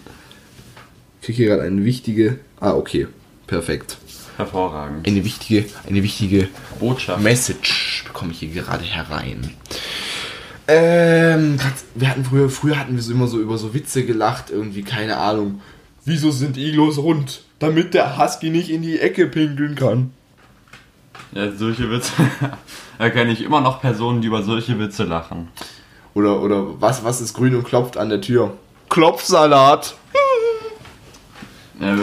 [SPEAKER 1] Ich krieg hier gerade eine wichtige. Ah, okay. Perfekt.
[SPEAKER 2] Hervorragend.
[SPEAKER 1] Eine wichtige, eine wichtige
[SPEAKER 2] Botschaft.
[SPEAKER 1] Message bekomme ich hier gerade herein. Ähm, grad- wir hatten früher, früher hatten wir so immer so über so Witze gelacht, irgendwie, keine Ahnung. Wieso sind Iglos rund? Damit der Husky nicht in die Ecke pinkeln kann.
[SPEAKER 2] Ja, solche Witze. da kenne ich immer noch Personen, die über solche Witze lachen.
[SPEAKER 1] Oder, oder was, was ist grün und klopft an der Tür? Klopfsalat.
[SPEAKER 2] Ja,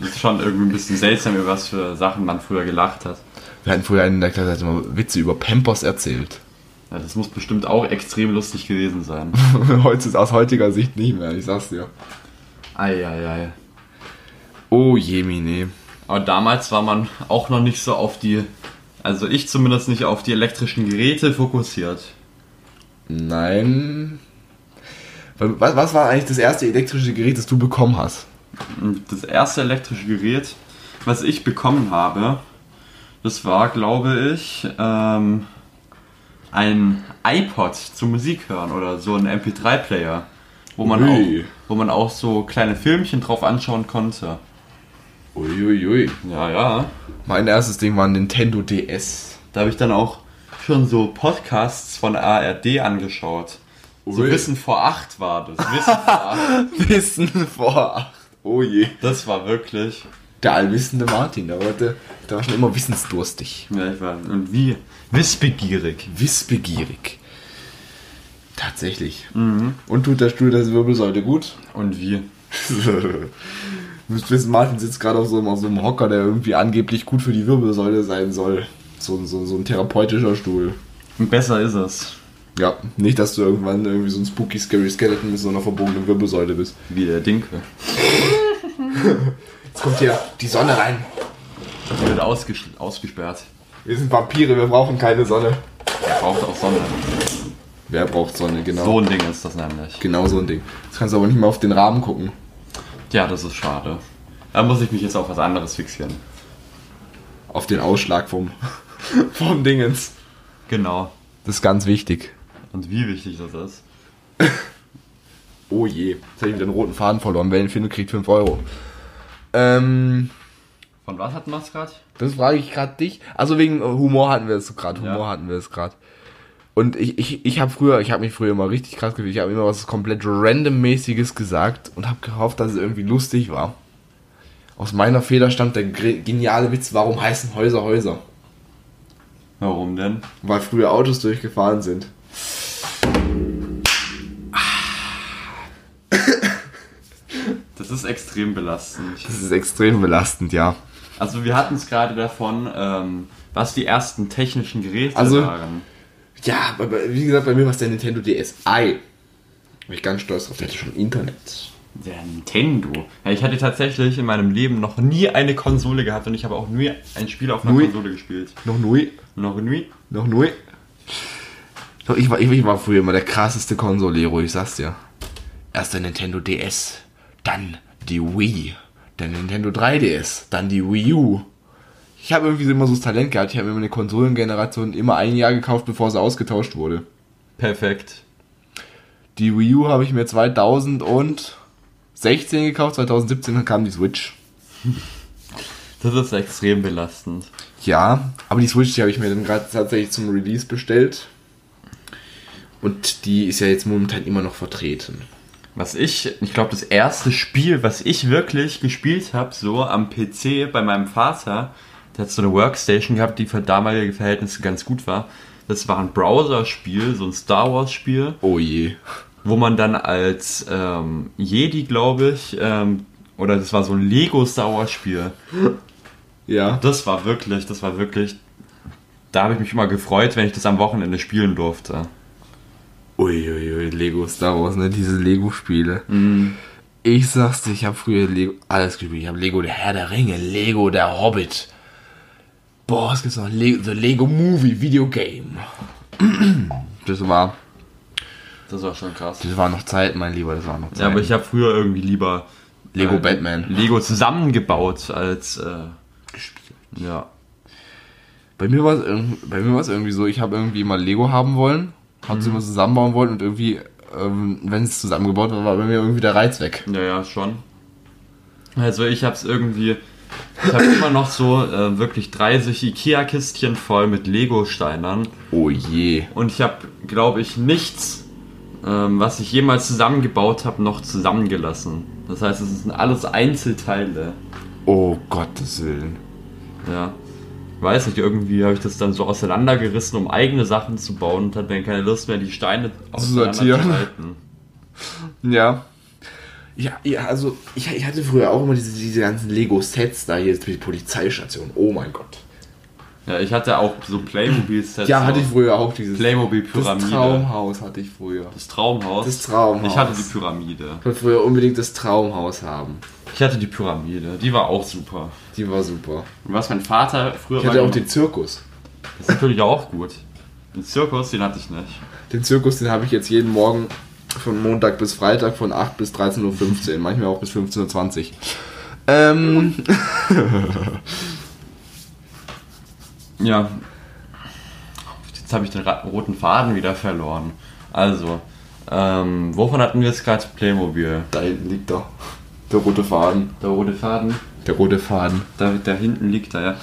[SPEAKER 2] das ist schon irgendwie ein bisschen seltsam, über was für Sachen man früher gelacht hat.
[SPEAKER 1] Wir hatten früher in der Klasse hat immer Witze über Pampers erzählt.
[SPEAKER 2] Ja, das muss bestimmt auch extrem lustig gewesen sein.
[SPEAKER 1] Heute, aus heutiger Sicht nicht mehr, ich sag's dir.
[SPEAKER 2] Eieiei.
[SPEAKER 1] Oh jemine.
[SPEAKER 2] Aber damals war man auch noch nicht so auf die, also ich zumindest nicht auf die elektrischen Geräte fokussiert.
[SPEAKER 1] Nein. Was, was war eigentlich das erste elektrische Gerät, das du bekommen hast?
[SPEAKER 2] Und das erste elektrische Gerät, was ich bekommen habe, das war, glaube ich, ähm, ein iPod zum Musik hören oder so ein MP3-Player, wo, man
[SPEAKER 1] Ui.
[SPEAKER 2] auch- wo man auch so kleine Filmchen drauf anschauen konnte.
[SPEAKER 1] Uiuiui.
[SPEAKER 2] Ja, ja.
[SPEAKER 1] Mein erstes Ding war ein Nintendo DS.
[SPEAKER 2] Da habe ich dann auch schon so Podcasts von ARD angeschaut. So
[SPEAKER 1] Ui.
[SPEAKER 2] Wissen vor acht war das. Wissen vor acht.
[SPEAKER 1] Wissen vor acht. Oh je.
[SPEAKER 2] Das war wirklich.
[SPEAKER 1] Der allwissende Martin, der, wollte, der war schon immer wissensdurstig.
[SPEAKER 2] Ja, ich war. Und wie wissbegierig.
[SPEAKER 1] Wissbegierig. Tatsächlich. Und tut der Stuhl das Wirbelsäule gut?
[SPEAKER 2] Und wie.
[SPEAKER 1] du musst wissen, Martin sitzt gerade auf so, einem, auf so einem Hocker, der irgendwie angeblich gut für die Wirbelsäule sein soll. So, so, so ein therapeutischer Stuhl.
[SPEAKER 2] Und besser ist es.
[SPEAKER 1] Ja, nicht, dass du irgendwann irgendwie so ein spooky, scary Skeleton mit so einer verbogenen Wirbelsäule bist.
[SPEAKER 2] Wie der Dinkel.
[SPEAKER 1] Jetzt kommt hier die Sonne rein.
[SPEAKER 2] Die wird ausges ausgesperrt.
[SPEAKER 1] Wir sind Vampire, wir brauchen keine Sonne.
[SPEAKER 2] Er braucht auch Sonne.
[SPEAKER 1] Wer braucht Sonne, genau.
[SPEAKER 2] So ein Ding ist das nämlich.
[SPEAKER 1] Genau so ein Ding. Jetzt kannst du aber nicht mehr auf den Rahmen gucken.
[SPEAKER 2] Ja, das ist schade. Da muss ich mich jetzt auf was anderes fixieren.
[SPEAKER 1] Auf den Ausschlag vom, vom Dingens.
[SPEAKER 2] Genau.
[SPEAKER 1] Das ist ganz wichtig.
[SPEAKER 2] Und wie wichtig das ist.
[SPEAKER 1] Oh je. Jetzt habe ich wieder den roten Faden verloren. Wer ihn findet, kriegt 5 Euro. Ähm,
[SPEAKER 2] Von was hatten wir es gerade?
[SPEAKER 1] das frage ich gerade dich. Also wegen Humor hatten wir es gerade. Humor
[SPEAKER 2] Ja.
[SPEAKER 1] hatten wir es gerade. Und ich, ich, ich habe früher, ich habe mich früher immer richtig krass gefühlt. Ich habe immer was komplett randommäßiges gesagt und habe gehofft, dass es irgendwie lustig war. Aus meiner Feder stammt der gre- geniale Witz, warum heißen Häuser Häuser?
[SPEAKER 2] Warum denn?
[SPEAKER 1] Weil früher Autos durchgefahren sind.
[SPEAKER 2] Das ist extrem belastend.
[SPEAKER 1] Das ist extrem belastend, ja.
[SPEAKER 2] Also wir hatten es gerade davon, ähm, was die ersten technischen Geräte
[SPEAKER 1] Also-
[SPEAKER 2] waren.
[SPEAKER 1] Ja, aber wie gesagt, bei mir war es der Nintendo DSi. Bin ich ganz stolz drauf, der hatte schon Internet.
[SPEAKER 2] Der Nintendo. Ja, ich hatte tatsächlich in meinem Leben noch nie eine Konsole gehabt und ich habe auch nie ein Spiel auf einer
[SPEAKER 1] Nui.
[SPEAKER 2] Konsole gespielt.
[SPEAKER 1] Noch neu,
[SPEAKER 2] Noch nie?
[SPEAKER 1] noch neu. Doch, Ich war, ich war früher immer der krasseste Konsolero, ich sag's dir. Erst der Nintendo DS, dann die Wii, dann Nintendo 3DS, dann die Wii U. Ich habe irgendwie immer so das Talent gehabt, ich habe immer eine Konsolengeneration immer ein Jahr gekauft, bevor sie ausgetauscht wurde.
[SPEAKER 2] Perfekt.
[SPEAKER 1] Die Wii U habe ich mir 2016 gekauft, 2017 dann kam die Switch.
[SPEAKER 2] Das ist extrem belastend.
[SPEAKER 1] Ja, aber die Switch, die habe ich mir dann gerade tatsächlich zum Release bestellt. Und die ist ja jetzt momentan immer noch vertreten.
[SPEAKER 2] Was ich, ich glaube, das erste Spiel, was ich wirklich gespielt habe, so am PC bei meinem Vater, der hat so eine Workstation gehabt, die für damalige Verhältnisse ganz gut war. Das war ein Browser-Spiel, so ein Star Wars-Spiel,
[SPEAKER 1] Oh je.
[SPEAKER 2] wo man dann als ähm, Jedi, glaube ich, ähm, oder das war so ein Lego-Star Wars-Spiel.
[SPEAKER 1] Ja.
[SPEAKER 2] Das war wirklich, das war wirklich. Da habe ich mich immer gefreut, wenn ich das am Wochenende spielen durfte.
[SPEAKER 1] Uiuiui, Lego Star Wars, ne? Diese Lego-Spiele. Mhm. Ich sag's dir, ich habe früher Lego alles gespielt. Ich habe Lego der Herr der Ringe, Lego der Hobbit. Boah, es gibt noch Lego, The Lego Movie Video Game. Das war,
[SPEAKER 2] Das war schon krass.
[SPEAKER 1] das war noch Zeit, mein Lieber, das war noch Zeit.
[SPEAKER 2] Ja, aber ich habe früher irgendwie lieber äh,
[SPEAKER 1] Lego Batman.
[SPEAKER 2] Lego zusammengebaut als äh, Ja.
[SPEAKER 1] Bei mir war es irgendwie, bei mir war es irgendwie so, ich habe irgendwie immer Lego haben wollen, habe
[SPEAKER 2] Mhm.
[SPEAKER 1] sie immer zusammenbauen wollen und irgendwie, ähm, wenn es zusammengebaut war, war bei mir irgendwie der Reiz weg.
[SPEAKER 2] Ja, ja, schon. Also ich habe es irgendwie ich habe immer noch so äh, wirklich 30 Ikea Kistchen voll mit Lego Steinern
[SPEAKER 1] Oh je.
[SPEAKER 2] und ich habe glaube ich nichts ähm, was ich jemals zusammengebaut habe, noch zusammengelassen. Das heißt, es sind alles Einzelteile.
[SPEAKER 1] Oh Gottes Willen.
[SPEAKER 2] Ja. Weiß nicht, irgendwie habe ich das dann so auseinandergerissen, um eigene Sachen zu bauen und hatte dann keine Lust mehr, die Steine
[SPEAKER 1] sortieren.
[SPEAKER 2] auseinanderzuhalten.
[SPEAKER 1] Ja. Ja, ja, also ich, ich hatte früher auch immer diese, diese ganzen Lego-Sets da, hier ist die Polizeistation. Oh mein Gott.
[SPEAKER 2] Ja, ich hatte auch so Playmobil-Sets.
[SPEAKER 1] Ja, hatte
[SPEAKER 2] auch.
[SPEAKER 1] ich früher auch dieses. Das
[SPEAKER 2] Playmobil-Pyramide.
[SPEAKER 1] Traumhaus hatte ich früher.
[SPEAKER 2] Das Traumhaus.
[SPEAKER 1] Das Traumhaus.
[SPEAKER 2] Ich hatte die Pyramide.
[SPEAKER 1] Ich wollte früher unbedingt das Traumhaus haben.
[SPEAKER 2] Ich hatte die Pyramide. Die war auch super.
[SPEAKER 1] Die war super.
[SPEAKER 2] Und was mein Vater früher
[SPEAKER 1] Ich hatte
[SPEAKER 2] mal
[SPEAKER 1] auch den
[SPEAKER 2] gemacht-
[SPEAKER 1] Zirkus.
[SPEAKER 2] Das ist natürlich auch gut. Den Zirkus, den hatte ich nicht.
[SPEAKER 1] Den Zirkus, den habe ich jetzt jeden Morgen von Montag bis Freitag von 8 bis 13.15 Uhr, manchmal auch bis 15.20 Uhr. Ähm,
[SPEAKER 2] Ja. Jetzt habe ich den ra- roten Faden wieder verloren. Also, ähm, wovon hatten wir jetzt gerade Playmobil?
[SPEAKER 1] da hinten liegt doch der rote Faden.
[SPEAKER 2] Der rote Faden.
[SPEAKER 1] Der rote Faden.
[SPEAKER 2] Da, da hinten liegt er, ja.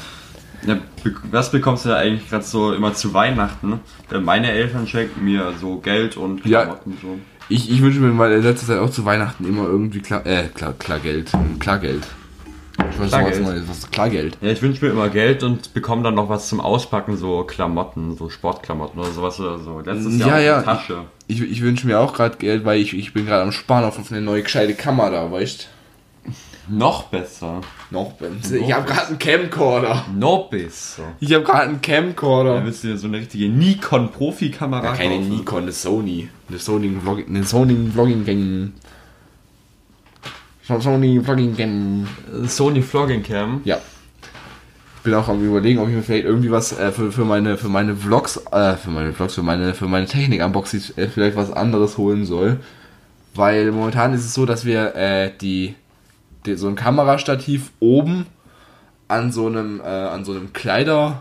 [SPEAKER 2] ja. be- Was bekommst du da eigentlich gerade so immer zu Weihnachten? Denn meine Eltern schenken mir so Geld und
[SPEAKER 1] Ja.
[SPEAKER 2] Klamotten so.
[SPEAKER 1] Ich, ich wünsche mir mal in letzter Zeit auch zu Weihnachten immer irgendwie klar, äh, klar, Klargeld. Klargeld. Ich weiß nicht, was
[SPEAKER 2] Klargeld.
[SPEAKER 1] Neues. Was Klargeld?
[SPEAKER 2] Ja, ich wünsche mir immer Geld und bekomme dann noch was zum Auspacken, so Klamotten, so Sportklamotten oder sowas oder so. Letztes
[SPEAKER 1] Ja,
[SPEAKER 2] Jahr auch
[SPEAKER 1] ja.
[SPEAKER 2] eine Tasche.
[SPEAKER 1] Ich, ich wünsche mir auch gerade Geld, weil ich, ich bin gerade am Sparen auf eine neue gescheite Kamera, weißt
[SPEAKER 2] Noch besser.
[SPEAKER 1] Noch Ich habe gerade einen Camcorder.
[SPEAKER 2] Noch besser.
[SPEAKER 1] Ich habe gerade einen
[SPEAKER 2] Da
[SPEAKER 1] Camcorder.
[SPEAKER 2] willst du dir so eine richtige Nikon-Profikamera
[SPEAKER 1] Ja, keine
[SPEAKER 2] kaufen.
[SPEAKER 1] Nikon, eine Sony. Eine Sony Vlogging, eine Sony Vlogging Gang. Sony Vlogging Gang.
[SPEAKER 2] Sony Flogging Äh, Cam.
[SPEAKER 1] Ja. bin auch am überlegen, ob ich mir vielleicht irgendwie was äh, für, für meine für meine Vlogs, äh, für meine Vlogs, für meine für meine Technik Unboxings äh, vielleicht was anderes holen soll, weil momentan ist es so, dass wir äh, die, die so ein Kamerastativ oben an so einem äh, an so einem Kleiderständer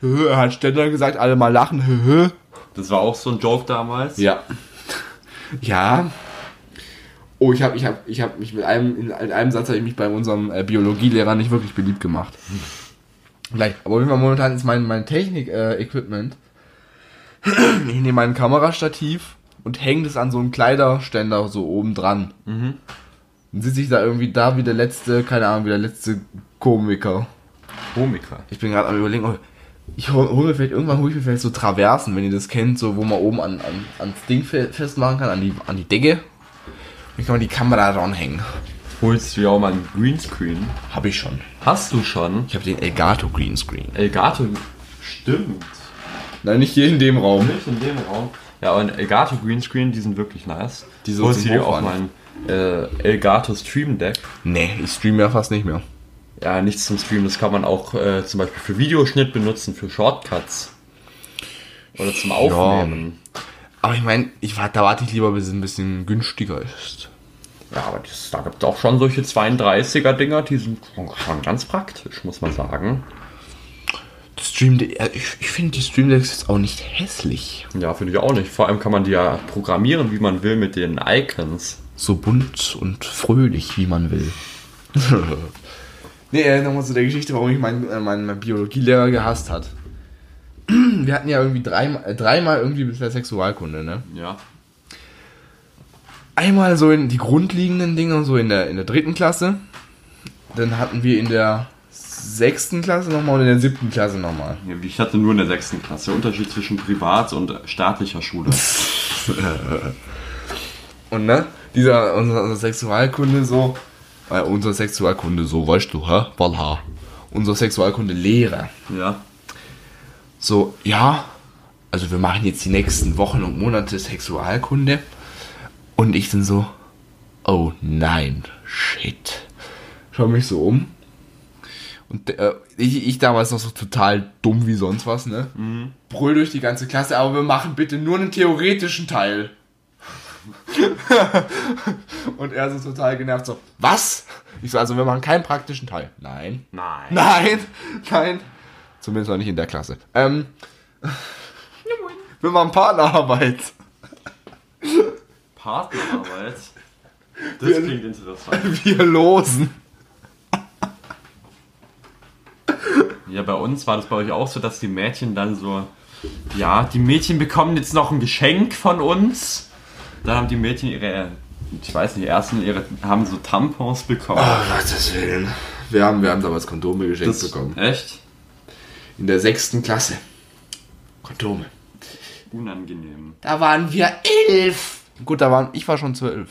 [SPEAKER 1] Höhö, er hat Ständer gesagt, alle mal lachen. höhö.
[SPEAKER 2] Das war auch so ein Joke damals.
[SPEAKER 1] Ja. Ja. Oh, ich habe ich hab, ich hab mich mit einem, in, in einem Satz habe ich mich bei unserem äh, Biologielehrer nicht wirklich beliebt gemacht. Gleich. Aber auf jeden Fall momentan ist mein, mein Technik-Equipment. äh, ich nehme mein Kamerastativ und hänge das an so einen Kleiderständer so oben dran. Dann sitze ich da irgendwie da wie der letzte, keine Ahnung, wie der letzte Komiker.
[SPEAKER 2] Komiker.
[SPEAKER 1] Ich bin gerade am überlegen, oh, ich hol, hol mir vielleicht irgendwann hol ich mir vielleicht so Traversen, wenn ihr das kennt, so wo man oben an, an, ans Ding fe- festmachen kann, an die, an die Decke. Dann kann man die Kamera dranhängen.
[SPEAKER 2] Holst du ja auch mal einen Greenscreen.
[SPEAKER 1] Habe ich schon.
[SPEAKER 2] Hast du schon?
[SPEAKER 1] Ich habe den Elgato Greenscreen.
[SPEAKER 2] Elgato. Stimmt.
[SPEAKER 1] Nein, nicht hier in dem Raum.
[SPEAKER 2] Nicht in dem Raum. Ja, und Elgato Greenscreen, die sind wirklich nice.
[SPEAKER 1] Die sind
[SPEAKER 2] Holst du
[SPEAKER 1] zum
[SPEAKER 2] dir auch mal
[SPEAKER 1] Aufwand.
[SPEAKER 2] ein äh, Elgato Stream Deck.
[SPEAKER 1] Nee, ich streame ja fast nicht mehr.
[SPEAKER 2] Ja, nichts zum Streamen. Das kann man auch äh, zum Beispiel für Videoschnitt benutzen, für Shortcuts. Oder zum Aufnehmen.
[SPEAKER 1] Aber ich meine, ich warte, da warte ich lieber, bis es ein bisschen günstiger ist.
[SPEAKER 2] Ja, aber das, da gibt es auch schon solche 32er-Dinger, die sind schon ganz praktisch, muss man sagen.
[SPEAKER 1] Stream ich, ich finde die Stream Decks jetzt auch nicht hässlich.
[SPEAKER 2] Ja, finde ich auch nicht. Vor allem kann man die ja programmieren, wie man will, mit den Icons.
[SPEAKER 1] so bunt und fröhlich, wie man will. nee, äh, nochmal zu der Geschichte, warum ich meinen äh, meinen- meinen Biologielehrer gehasst hat. Wir hatten ja irgendwie dreimal, äh, dreimal irgendwie bisher Sexualkunde, ne?
[SPEAKER 2] Ja.
[SPEAKER 1] Einmal so in die grundlegenden Dinge, so in der, in der dritten Klasse. Dann hatten wir in der sechsten Klasse nochmal und in der siebten Klasse nochmal.
[SPEAKER 2] Ich hatte nur in der sechsten Klasse Unterschied zwischen Privat- und staatlicher Schule.
[SPEAKER 1] Und ne, dieser, unser, unser Sexualkunde so, äh, unser Sexualkunde so, weißt du, hä? Walha. Unser Sexualkunde-Lehrer.
[SPEAKER 2] ja.
[SPEAKER 1] so, ja, also wir machen jetzt die nächsten Wochen und Monate Sexualkunde. Und ich dann so, oh nein, shit. Schau mich so um. Und äh, ich, ich damals noch so total dumm wie sonst was, ne? Brüll durch die ganze Klasse, aber wir machen bitte nur einen theoretischen Teil. und er so total genervt so, was? Ich so, also wir machen keinen praktischen Teil. Nein.
[SPEAKER 2] Nein.
[SPEAKER 1] Nein, nein. Zumindest noch nicht in der Klasse. Ähm, wir machen Partnerarbeit.
[SPEAKER 2] Partnerarbeit. Das klingt interessant.
[SPEAKER 1] Wir losen.
[SPEAKER 2] Ja, bei uns war das bei euch auch so, dass die Mädchen dann so, ja, die Mädchen bekommen jetzt noch ein Geschenk von uns. Dann haben die Mädchen ihre, ich weiß nicht, ersten ihre haben so Tampons bekommen.
[SPEAKER 1] Oh Gottes Willen. Wir haben, wir haben damals Kondome geschenkt bekommen.
[SPEAKER 2] echt
[SPEAKER 1] In der sechsten Klasse. Kondome.
[SPEAKER 2] unangenehm.
[SPEAKER 1] Da waren wir elf. Gut, da waren, ich war schon zwölf.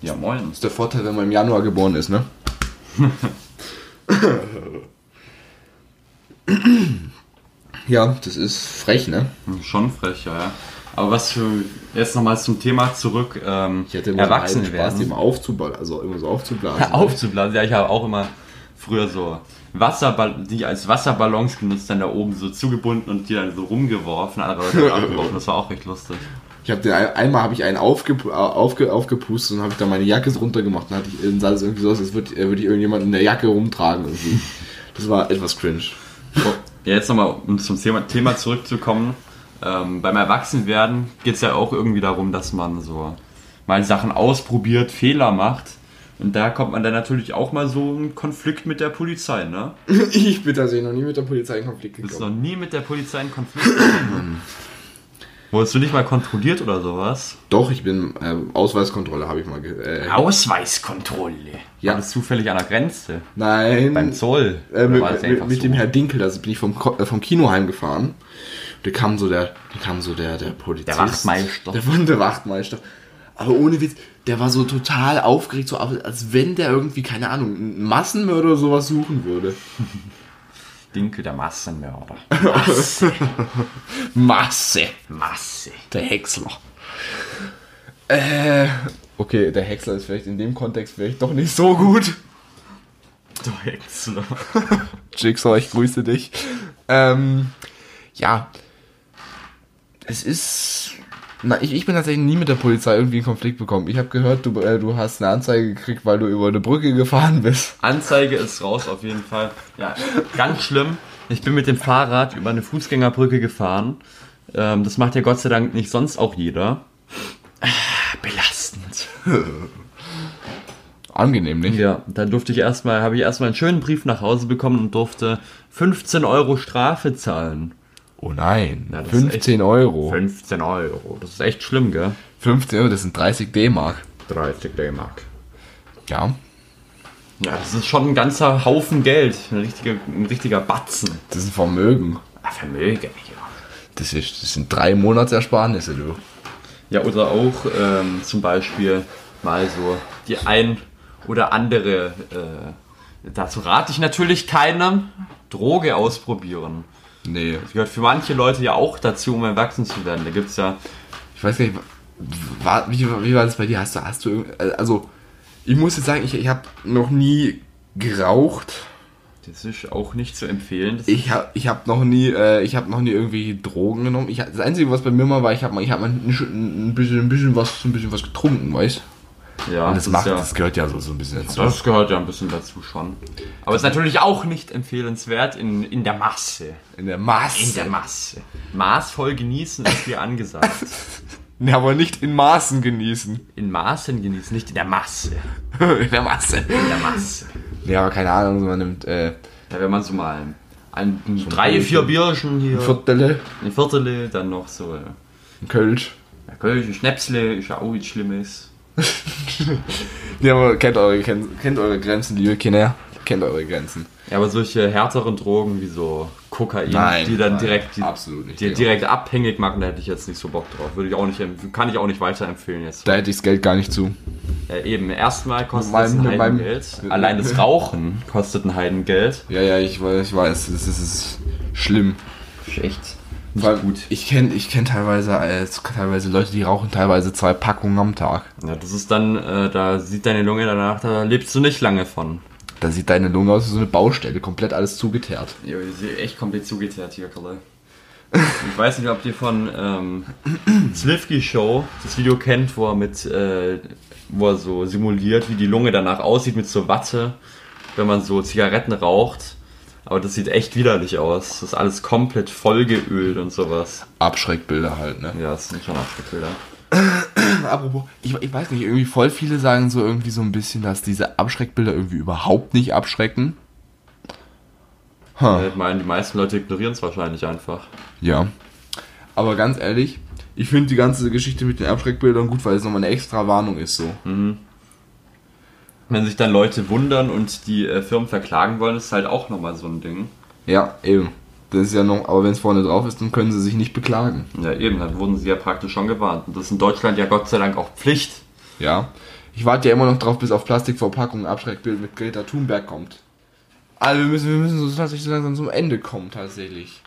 [SPEAKER 2] Ja, moin.
[SPEAKER 1] Das ist der Vorteil, wenn man im Januar geboren ist, ne? ja, das ist frech, ne?
[SPEAKER 2] Schon frech, ja. ja. Aber was für, jetzt nochmal zum Thema zurück, ähm,
[SPEAKER 1] Ich hatte immer
[SPEAKER 2] Erwachsene
[SPEAKER 1] so einen Spaß, die
[SPEAKER 2] werden.
[SPEAKER 1] immer aufzublasen, also immer so aufzublasen. ne?
[SPEAKER 2] Aufzublasen, ja, ich habe auch immer früher so Wasserball die als Wasserballons genutzt, dann da oben so zugebunden und die dann so rumgeworfen, andere Leute haben abgeworfen, das war auch recht lustig.
[SPEAKER 1] Ich habe den ein- einmal habe ich einen aufge, äh, aufge, aufgepustet und habe ich dann meine Jacke so runtergemacht und hatte ich dann sah das irgendwie so aus, als würde würd ich irgendjemand in der Jacke rumtragen irgendwie. Das war etwas cringe.
[SPEAKER 2] So, Ja, jetzt nochmal, um zum Thema, Thema zurückzukommen. Ähm, beim Erwachsenwerden geht es ja auch irgendwie darum, dass man so mal Sachen ausprobiert, Fehler macht. Und da kommt man dann natürlich auch mal so in Konflikt mit der Polizei, ne?
[SPEAKER 1] Ich bin tatsächlich noch nie mit der Polizei in Konflikt
[SPEAKER 2] Du bist noch
[SPEAKER 1] gekommen.
[SPEAKER 2] nie mit der Polizei in Konflikt gekommen. Wurdest du nicht mal kontrolliert oder sowas?
[SPEAKER 1] Doch, ich bin ähm, Ausweiskontrolle habe ich mal. Ge äh,
[SPEAKER 2] Ausweiskontrolle. Ja.
[SPEAKER 1] Ja.
[SPEAKER 2] War das zufällig an der Grenze?
[SPEAKER 1] nein.
[SPEAKER 2] Beim Zoll?
[SPEAKER 1] Äh,
[SPEAKER 2] Oder
[SPEAKER 1] mit,
[SPEAKER 2] war das
[SPEAKER 1] mit,
[SPEAKER 2] einfach
[SPEAKER 1] mit
[SPEAKER 2] so?
[SPEAKER 1] dem Herr Dinkel, da bin ich vom, Ko- äh, vom Kino heimgefahren. Da kam so der, da kam so der, der Polizist.
[SPEAKER 2] Der Wachtmeister.
[SPEAKER 1] Der wunde Wachtmeister. Aber ohne Witz, der war so total aufgeregt, so als wenn der irgendwie, keine Ahnung, einen Massenmörder oder sowas suchen würde.
[SPEAKER 2] Dinkel, der Massenmörder.
[SPEAKER 1] Masse.
[SPEAKER 2] Masse.
[SPEAKER 1] Der Häcksler. Äh, okay, der Häcksler ist vielleicht in dem Kontext vielleicht doch nicht so gut.
[SPEAKER 2] Du Häcksler.
[SPEAKER 1] Jigsaw, ich grüße dich. Ähm, ja. Es ist. Na, ich, ich bin tatsächlich nie mit der Polizei irgendwie in Konflikt gekommen. Ich habe gehört, du, äh, du hast eine Anzeige gekriegt, weil du über eine Brücke gefahren bist.
[SPEAKER 2] Anzeige ist raus auf jeden Fall. Ja, ganz schlimm. Ich bin mit dem Fahrrad über eine Fußgängerbrücke gefahren. Ähm, das macht ja Gott sei Dank nicht sonst auch jeder. Ah, Belastend.
[SPEAKER 1] Angenehm, nicht?
[SPEAKER 2] Ja, dann durfte ich erstmal, habe ich erstmal einen schönen Brief nach Hause bekommen und durfte 15 Euro Strafe zahlen.
[SPEAKER 1] Oh nein.
[SPEAKER 2] Ja, das ist
[SPEAKER 1] 15
[SPEAKER 2] echt-
[SPEAKER 1] Euro.
[SPEAKER 2] 15 Euro. Das ist echt schlimm, gell?
[SPEAKER 1] 15 Euro, das sind 30 D-Mark.
[SPEAKER 2] 30 D-Mark.
[SPEAKER 1] Ja.
[SPEAKER 2] Ja, das ist schon ein ganzer Haufen Geld. Ein richtiger, ein richtiger Batzen.
[SPEAKER 1] Das ist ein Vermögen.
[SPEAKER 2] Ah, Vermögen, ja.
[SPEAKER 1] Das, ist, das sind drei Monatsersparnisse, du.
[SPEAKER 2] Ja, oder auch ähm, zum Beispiel mal so die ein oder andere, äh, dazu rate ich natürlich keinem, Droge ausprobieren.
[SPEAKER 1] Nee.
[SPEAKER 2] Das gehört für manche Leute ja auch dazu, um erwachsen zu werden. Da gibt es ja,
[SPEAKER 1] Ich weiß gar nicht, war, wie, wie war das bei dir? Hast du, hast du irgend- also, ich muss jetzt sagen, ich, ich habe noch nie geraucht.
[SPEAKER 2] das ist auch nicht zu empfehlen. Das
[SPEAKER 1] Ich habe ich hab noch nie, äh, ich habe noch nie irgendwie Drogen genommen. Ich, das Einzige, was bei mir mal war, ich habe mal, ich hab mal ein, ein, bisschen, ein bisschen was, ein bisschen was getrunken, weißt?
[SPEAKER 2] ja,
[SPEAKER 1] Und das, macht,
[SPEAKER 2] ja,
[SPEAKER 1] das gehört ja so, so ein bisschen dazu.
[SPEAKER 2] das gehört ja ein bisschen dazu schon. Aber ist natürlich auch nicht empfehlenswert in, in der Masse.
[SPEAKER 1] In der Maße.
[SPEAKER 2] In der Masse. Maßvoll genießen ist hier angesagt.
[SPEAKER 1] ja, aber nicht in Maßen genießen.
[SPEAKER 2] In Maßen genießen, nicht in der Masse.
[SPEAKER 1] in der Maße.
[SPEAKER 2] In der Masse.
[SPEAKER 1] Ja, aber keine Ahnung, so man nimmt äh,
[SPEAKER 2] Ja, wenn man so mal ein, ein, drei, vier Bierchen hier,
[SPEAKER 1] Viertel,
[SPEAKER 2] ein Viertel, dann noch so äh,
[SPEAKER 1] ein Kölsch.
[SPEAKER 2] ja, Kölsch, Schnäpsle, ist ja auch nichts Schlimmes.
[SPEAKER 1] Ja, aber kennt eure, kennt, kennt eure Grenzen, liebe Kinder. Kennt eure Grenzen.
[SPEAKER 2] Ja, aber solche härteren Drogen wie so Kokain,
[SPEAKER 1] Nein,
[SPEAKER 2] die dann
[SPEAKER 1] nein,
[SPEAKER 2] direkt, die,
[SPEAKER 1] absolut nicht,
[SPEAKER 2] die
[SPEAKER 1] Digga.
[SPEAKER 2] direkt abhängig machen, da hätte ich jetzt nicht so Bock drauf. Würde ich auch nicht, empf- kann ich auch nicht weiterempfehlen jetzt.
[SPEAKER 1] Da hätte ich das Geld gar nicht zu.
[SPEAKER 2] Ja, eben, erstmal kostet
[SPEAKER 1] Mit
[SPEAKER 2] es ein
[SPEAKER 1] meinem- mit meinem-
[SPEAKER 2] Heidengeld. Allein das Rauchen kostet ein Heidengeld.
[SPEAKER 1] Ja, ja, ich weiß, ich weiß, es ist, es ist schlimm.
[SPEAKER 2] Ist echt
[SPEAKER 1] Vor allem,
[SPEAKER 2] nicht gut.
[SPEAKER 1] Ich kenne ich kenn teilweise, äh, es- teilweise Leute, die rauchen teilweise zwei Packungen am Tag.
[SPEAKER 2] Ja, das ist dann, äh, da sieht deine Lunge danach, da lebst du nicht lange von.
[SPEAKER 1] Da sieht deine Lunge aus wie so eine Baustelle, komplett alles zugeteert.
[SPEAKER 2] Ja, das ist echt komplett zugeteert hier, Kalle. Ich weiß nicht, ob ihr von ähm, Slivki Show das Video kennt, wo er mit, äh, wo er so simuliert, wie die Lunge danach aussieht mit so Watte, wenn man so Zigaretten raucht. Aber das sieht echt widerlich aus. Das ist alles komplett vollgeölt und sowas.
[SPEAKER 1] Abschreckbilder halt, ne?
[SPEAKER 2] Ja, das sind schon Abschreckbilder.
[SPEAKER 1] Apropos, ich, ich weiß nicht, irgendwie voll viele sagen so irgendwie so ein bisschen, dass diese Abschreckbilder irgendwie überhaupt nicht abschrecken.
[SPEAKER 2] Ich meine, die meisten Leute ignorieren es wahrscheinlich einfach.
[SPEAKER 1] Ja. Aber ganz ehrlich, ich finde die ganze Geschichte mit den Abschreckbildern gut, weil es nochmal eine extra Warnung ist so.
[SPEAKER 2] Wenn sich dann Leute wundern und die äh, Firmen verklagen wollen, ist halt auch nochmal so ein Ding.
[SPEAKER 1] Ja, eben. Das ist ja noch, aber wenn es vorne drauf ist, dann können sie sich nicht beklagen.
[SPEAKER 2] Ja, eben, dann wurden sie ja praktisch schon gewarnt. Und das ist in Deutschland ja Gott sei Dank auch Pflicht.
[SPEAKER 1] Ja. Ich warte ja immer noch drauf, bis auf Plastikverpackung ein Abschreckbild mit Greta Thunberg kommt. Also wir müssen, wir müssen so tatsächlich so langsam zum Ende kommen, tatsächlich.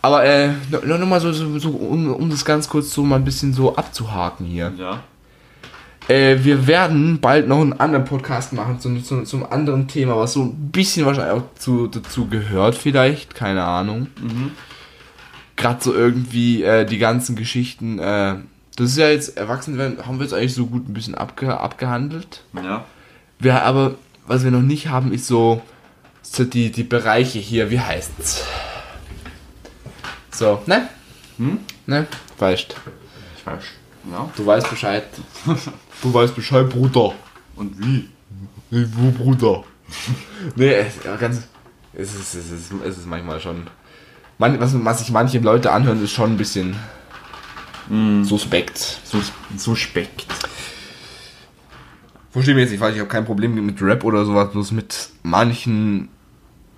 [SPEAKER 1] Aber äh, noch, noch mal so, so, so um, um das ganz kurz so mal ein bisschen so abzuhaken hier.
[SPEAKER 2] Ja.
[SPEAKER 1] Äh, wir werden bald noch einen anderen Podcast machen zum, zum, zum anderen Thema, was so ein bisschen wahrscheinlich auch zu, dazu gehört, vielleicht, keine Ahnung. Gerade so irgendwie äh, die ganzen Geschichten. Äh, das ist ja jetzt erwachsen werden, haben wir jetzt eigentlich so gut ein bisschen abge, abgehandelt.
[SPEAKER 2] Ja.
[SPEAKER 1] Wir aber, was wir noch nicht haben, ist so, so die, die Bereiche hier, wie heißt's? So, ne? Ne? Weißt.
[SPEAKER 2] Ich weiß. Ja.
[SPEAKER 1] Du weißt Bescheid. du weißt Bescheid, Bruder.
[SPEAKER 2] Und wie?
[SPEAKER 1] Nee, wo Bruder? nee, es, ja, ganz, es, ist, es, ist, es ist manchmal schon. Man, was, was sich manche Leute anhören, ist schon ein bisschen Mhm. suspekt.
[SPEAKER 2] So, so speckt.
[SPEAKER 1] Versteh mich jetzt nicht falsch, ich habe kein Problem mit Rap oder sowas, bloß mit manchen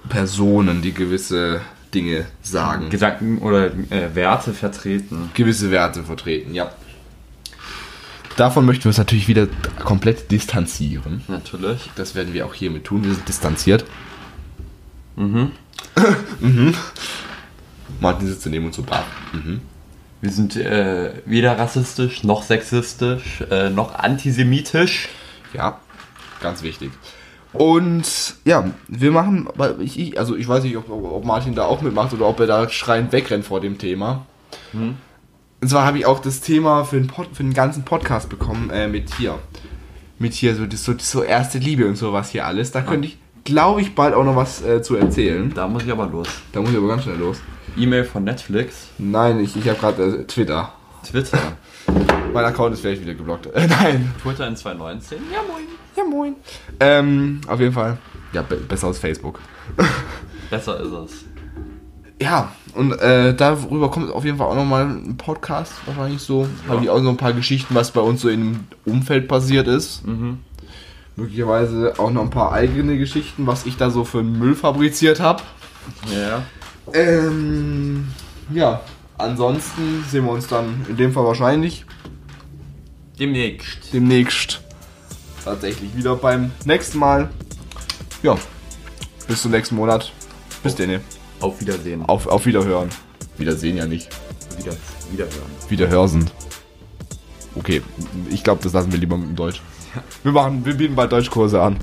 [SPEAKER 1] Personen, die gewisse Dinge sagen.
[SPEAKER 2] Gedanken oder äh, Werte vertreten.
[SPEAKER 1] gewisse Werte vertreten, ja. Davon möchten wir uns natürlich wieder komplett distanzieren.
[SPEAKER 2] Natürlich.
[SPEAKER 1] Das werden wir auch hiermit tun. Wir sind distanziert. Mhm. mhm. Martin sitzt neben uns so bar. Mhm.
[SPEAKER 2] Wir sind äh, weder rassistisch, noch sexistisch, äh, noch antisemitisch.
[SPEAKER 1] Ja, ganz wichtig. Und ja, wir machen, aber ich- ich- also ich weiß nicht, ob, ob Martin da auch mitmacht oder ob er da schreiend wegrennt vor dem Thema. Und zwar habe ich auch das Thema für den, Pod, für den ganzen Podcast bekommen äh, mit hier. Mit hier, so, das, so, das, so erste Liebe und sowas hier alles. Da könnte ich, glaube ich, bald auch noch was äh, zu erzählen.
[SPEAKER 2] Da muss ich aber los.
[SPEAKER 1] Da muss ich aber ganz schnell los.
[SPEAKER 2] E-Mail von Netflix,
[SPEAKER 1] Nein, ich, ich habe gerade äh, Twitter.
[SPEAKER 2] Twitter.
[SPEAKER 1] Mein Account ist vielleicht wieder geblockt. Äh, nein.
[SPEAKER 2] Twitter in 2019. Ja, moin.
[SPEAKER 1] Ja, moin. Ähm, auf jeden Fall. Ja, be besser als Facebook.
[SPEAKER 2] Besser ist es.
[SPEAKER 1] Ja, und äh, darüber kommt auf jeden Fall auch nochmal ein Podcast, wahrscheinlich so. Habe ich auch so ein paar Geschichten, was bei uns so im Umfeld passiert ist. Möglicherweise auch noch ein paar eigene Geschichten, was ich da so für einen Müll fabriziert habe.
[SPEAKER 2] Ja.
[SPEAKER 1] Ähm, ja, ansonsten sehen wir uns dann in dem Fall wahrscheinlich
[SPEAKER 2] Demnächst.
[SPEAKER 1] demnächst tatsächlich wieder beim nächsten Mal. Ja, bis zum nächsten Monat. Bis denn.
[SPEAKER 2] Auf Wiedersehen.
[SPEAKER 1] Auf, auf Wiederhören. Wiedersehen ja nicht.
[SPEAKER 2] Wieder, wiederhören.
[SPEAKER 1] Wiederhörsen. Okay, ich glaube, das lassen wir lieber mit dem Deutsch. Wir machen, wir bieten bald Deutschkurse an.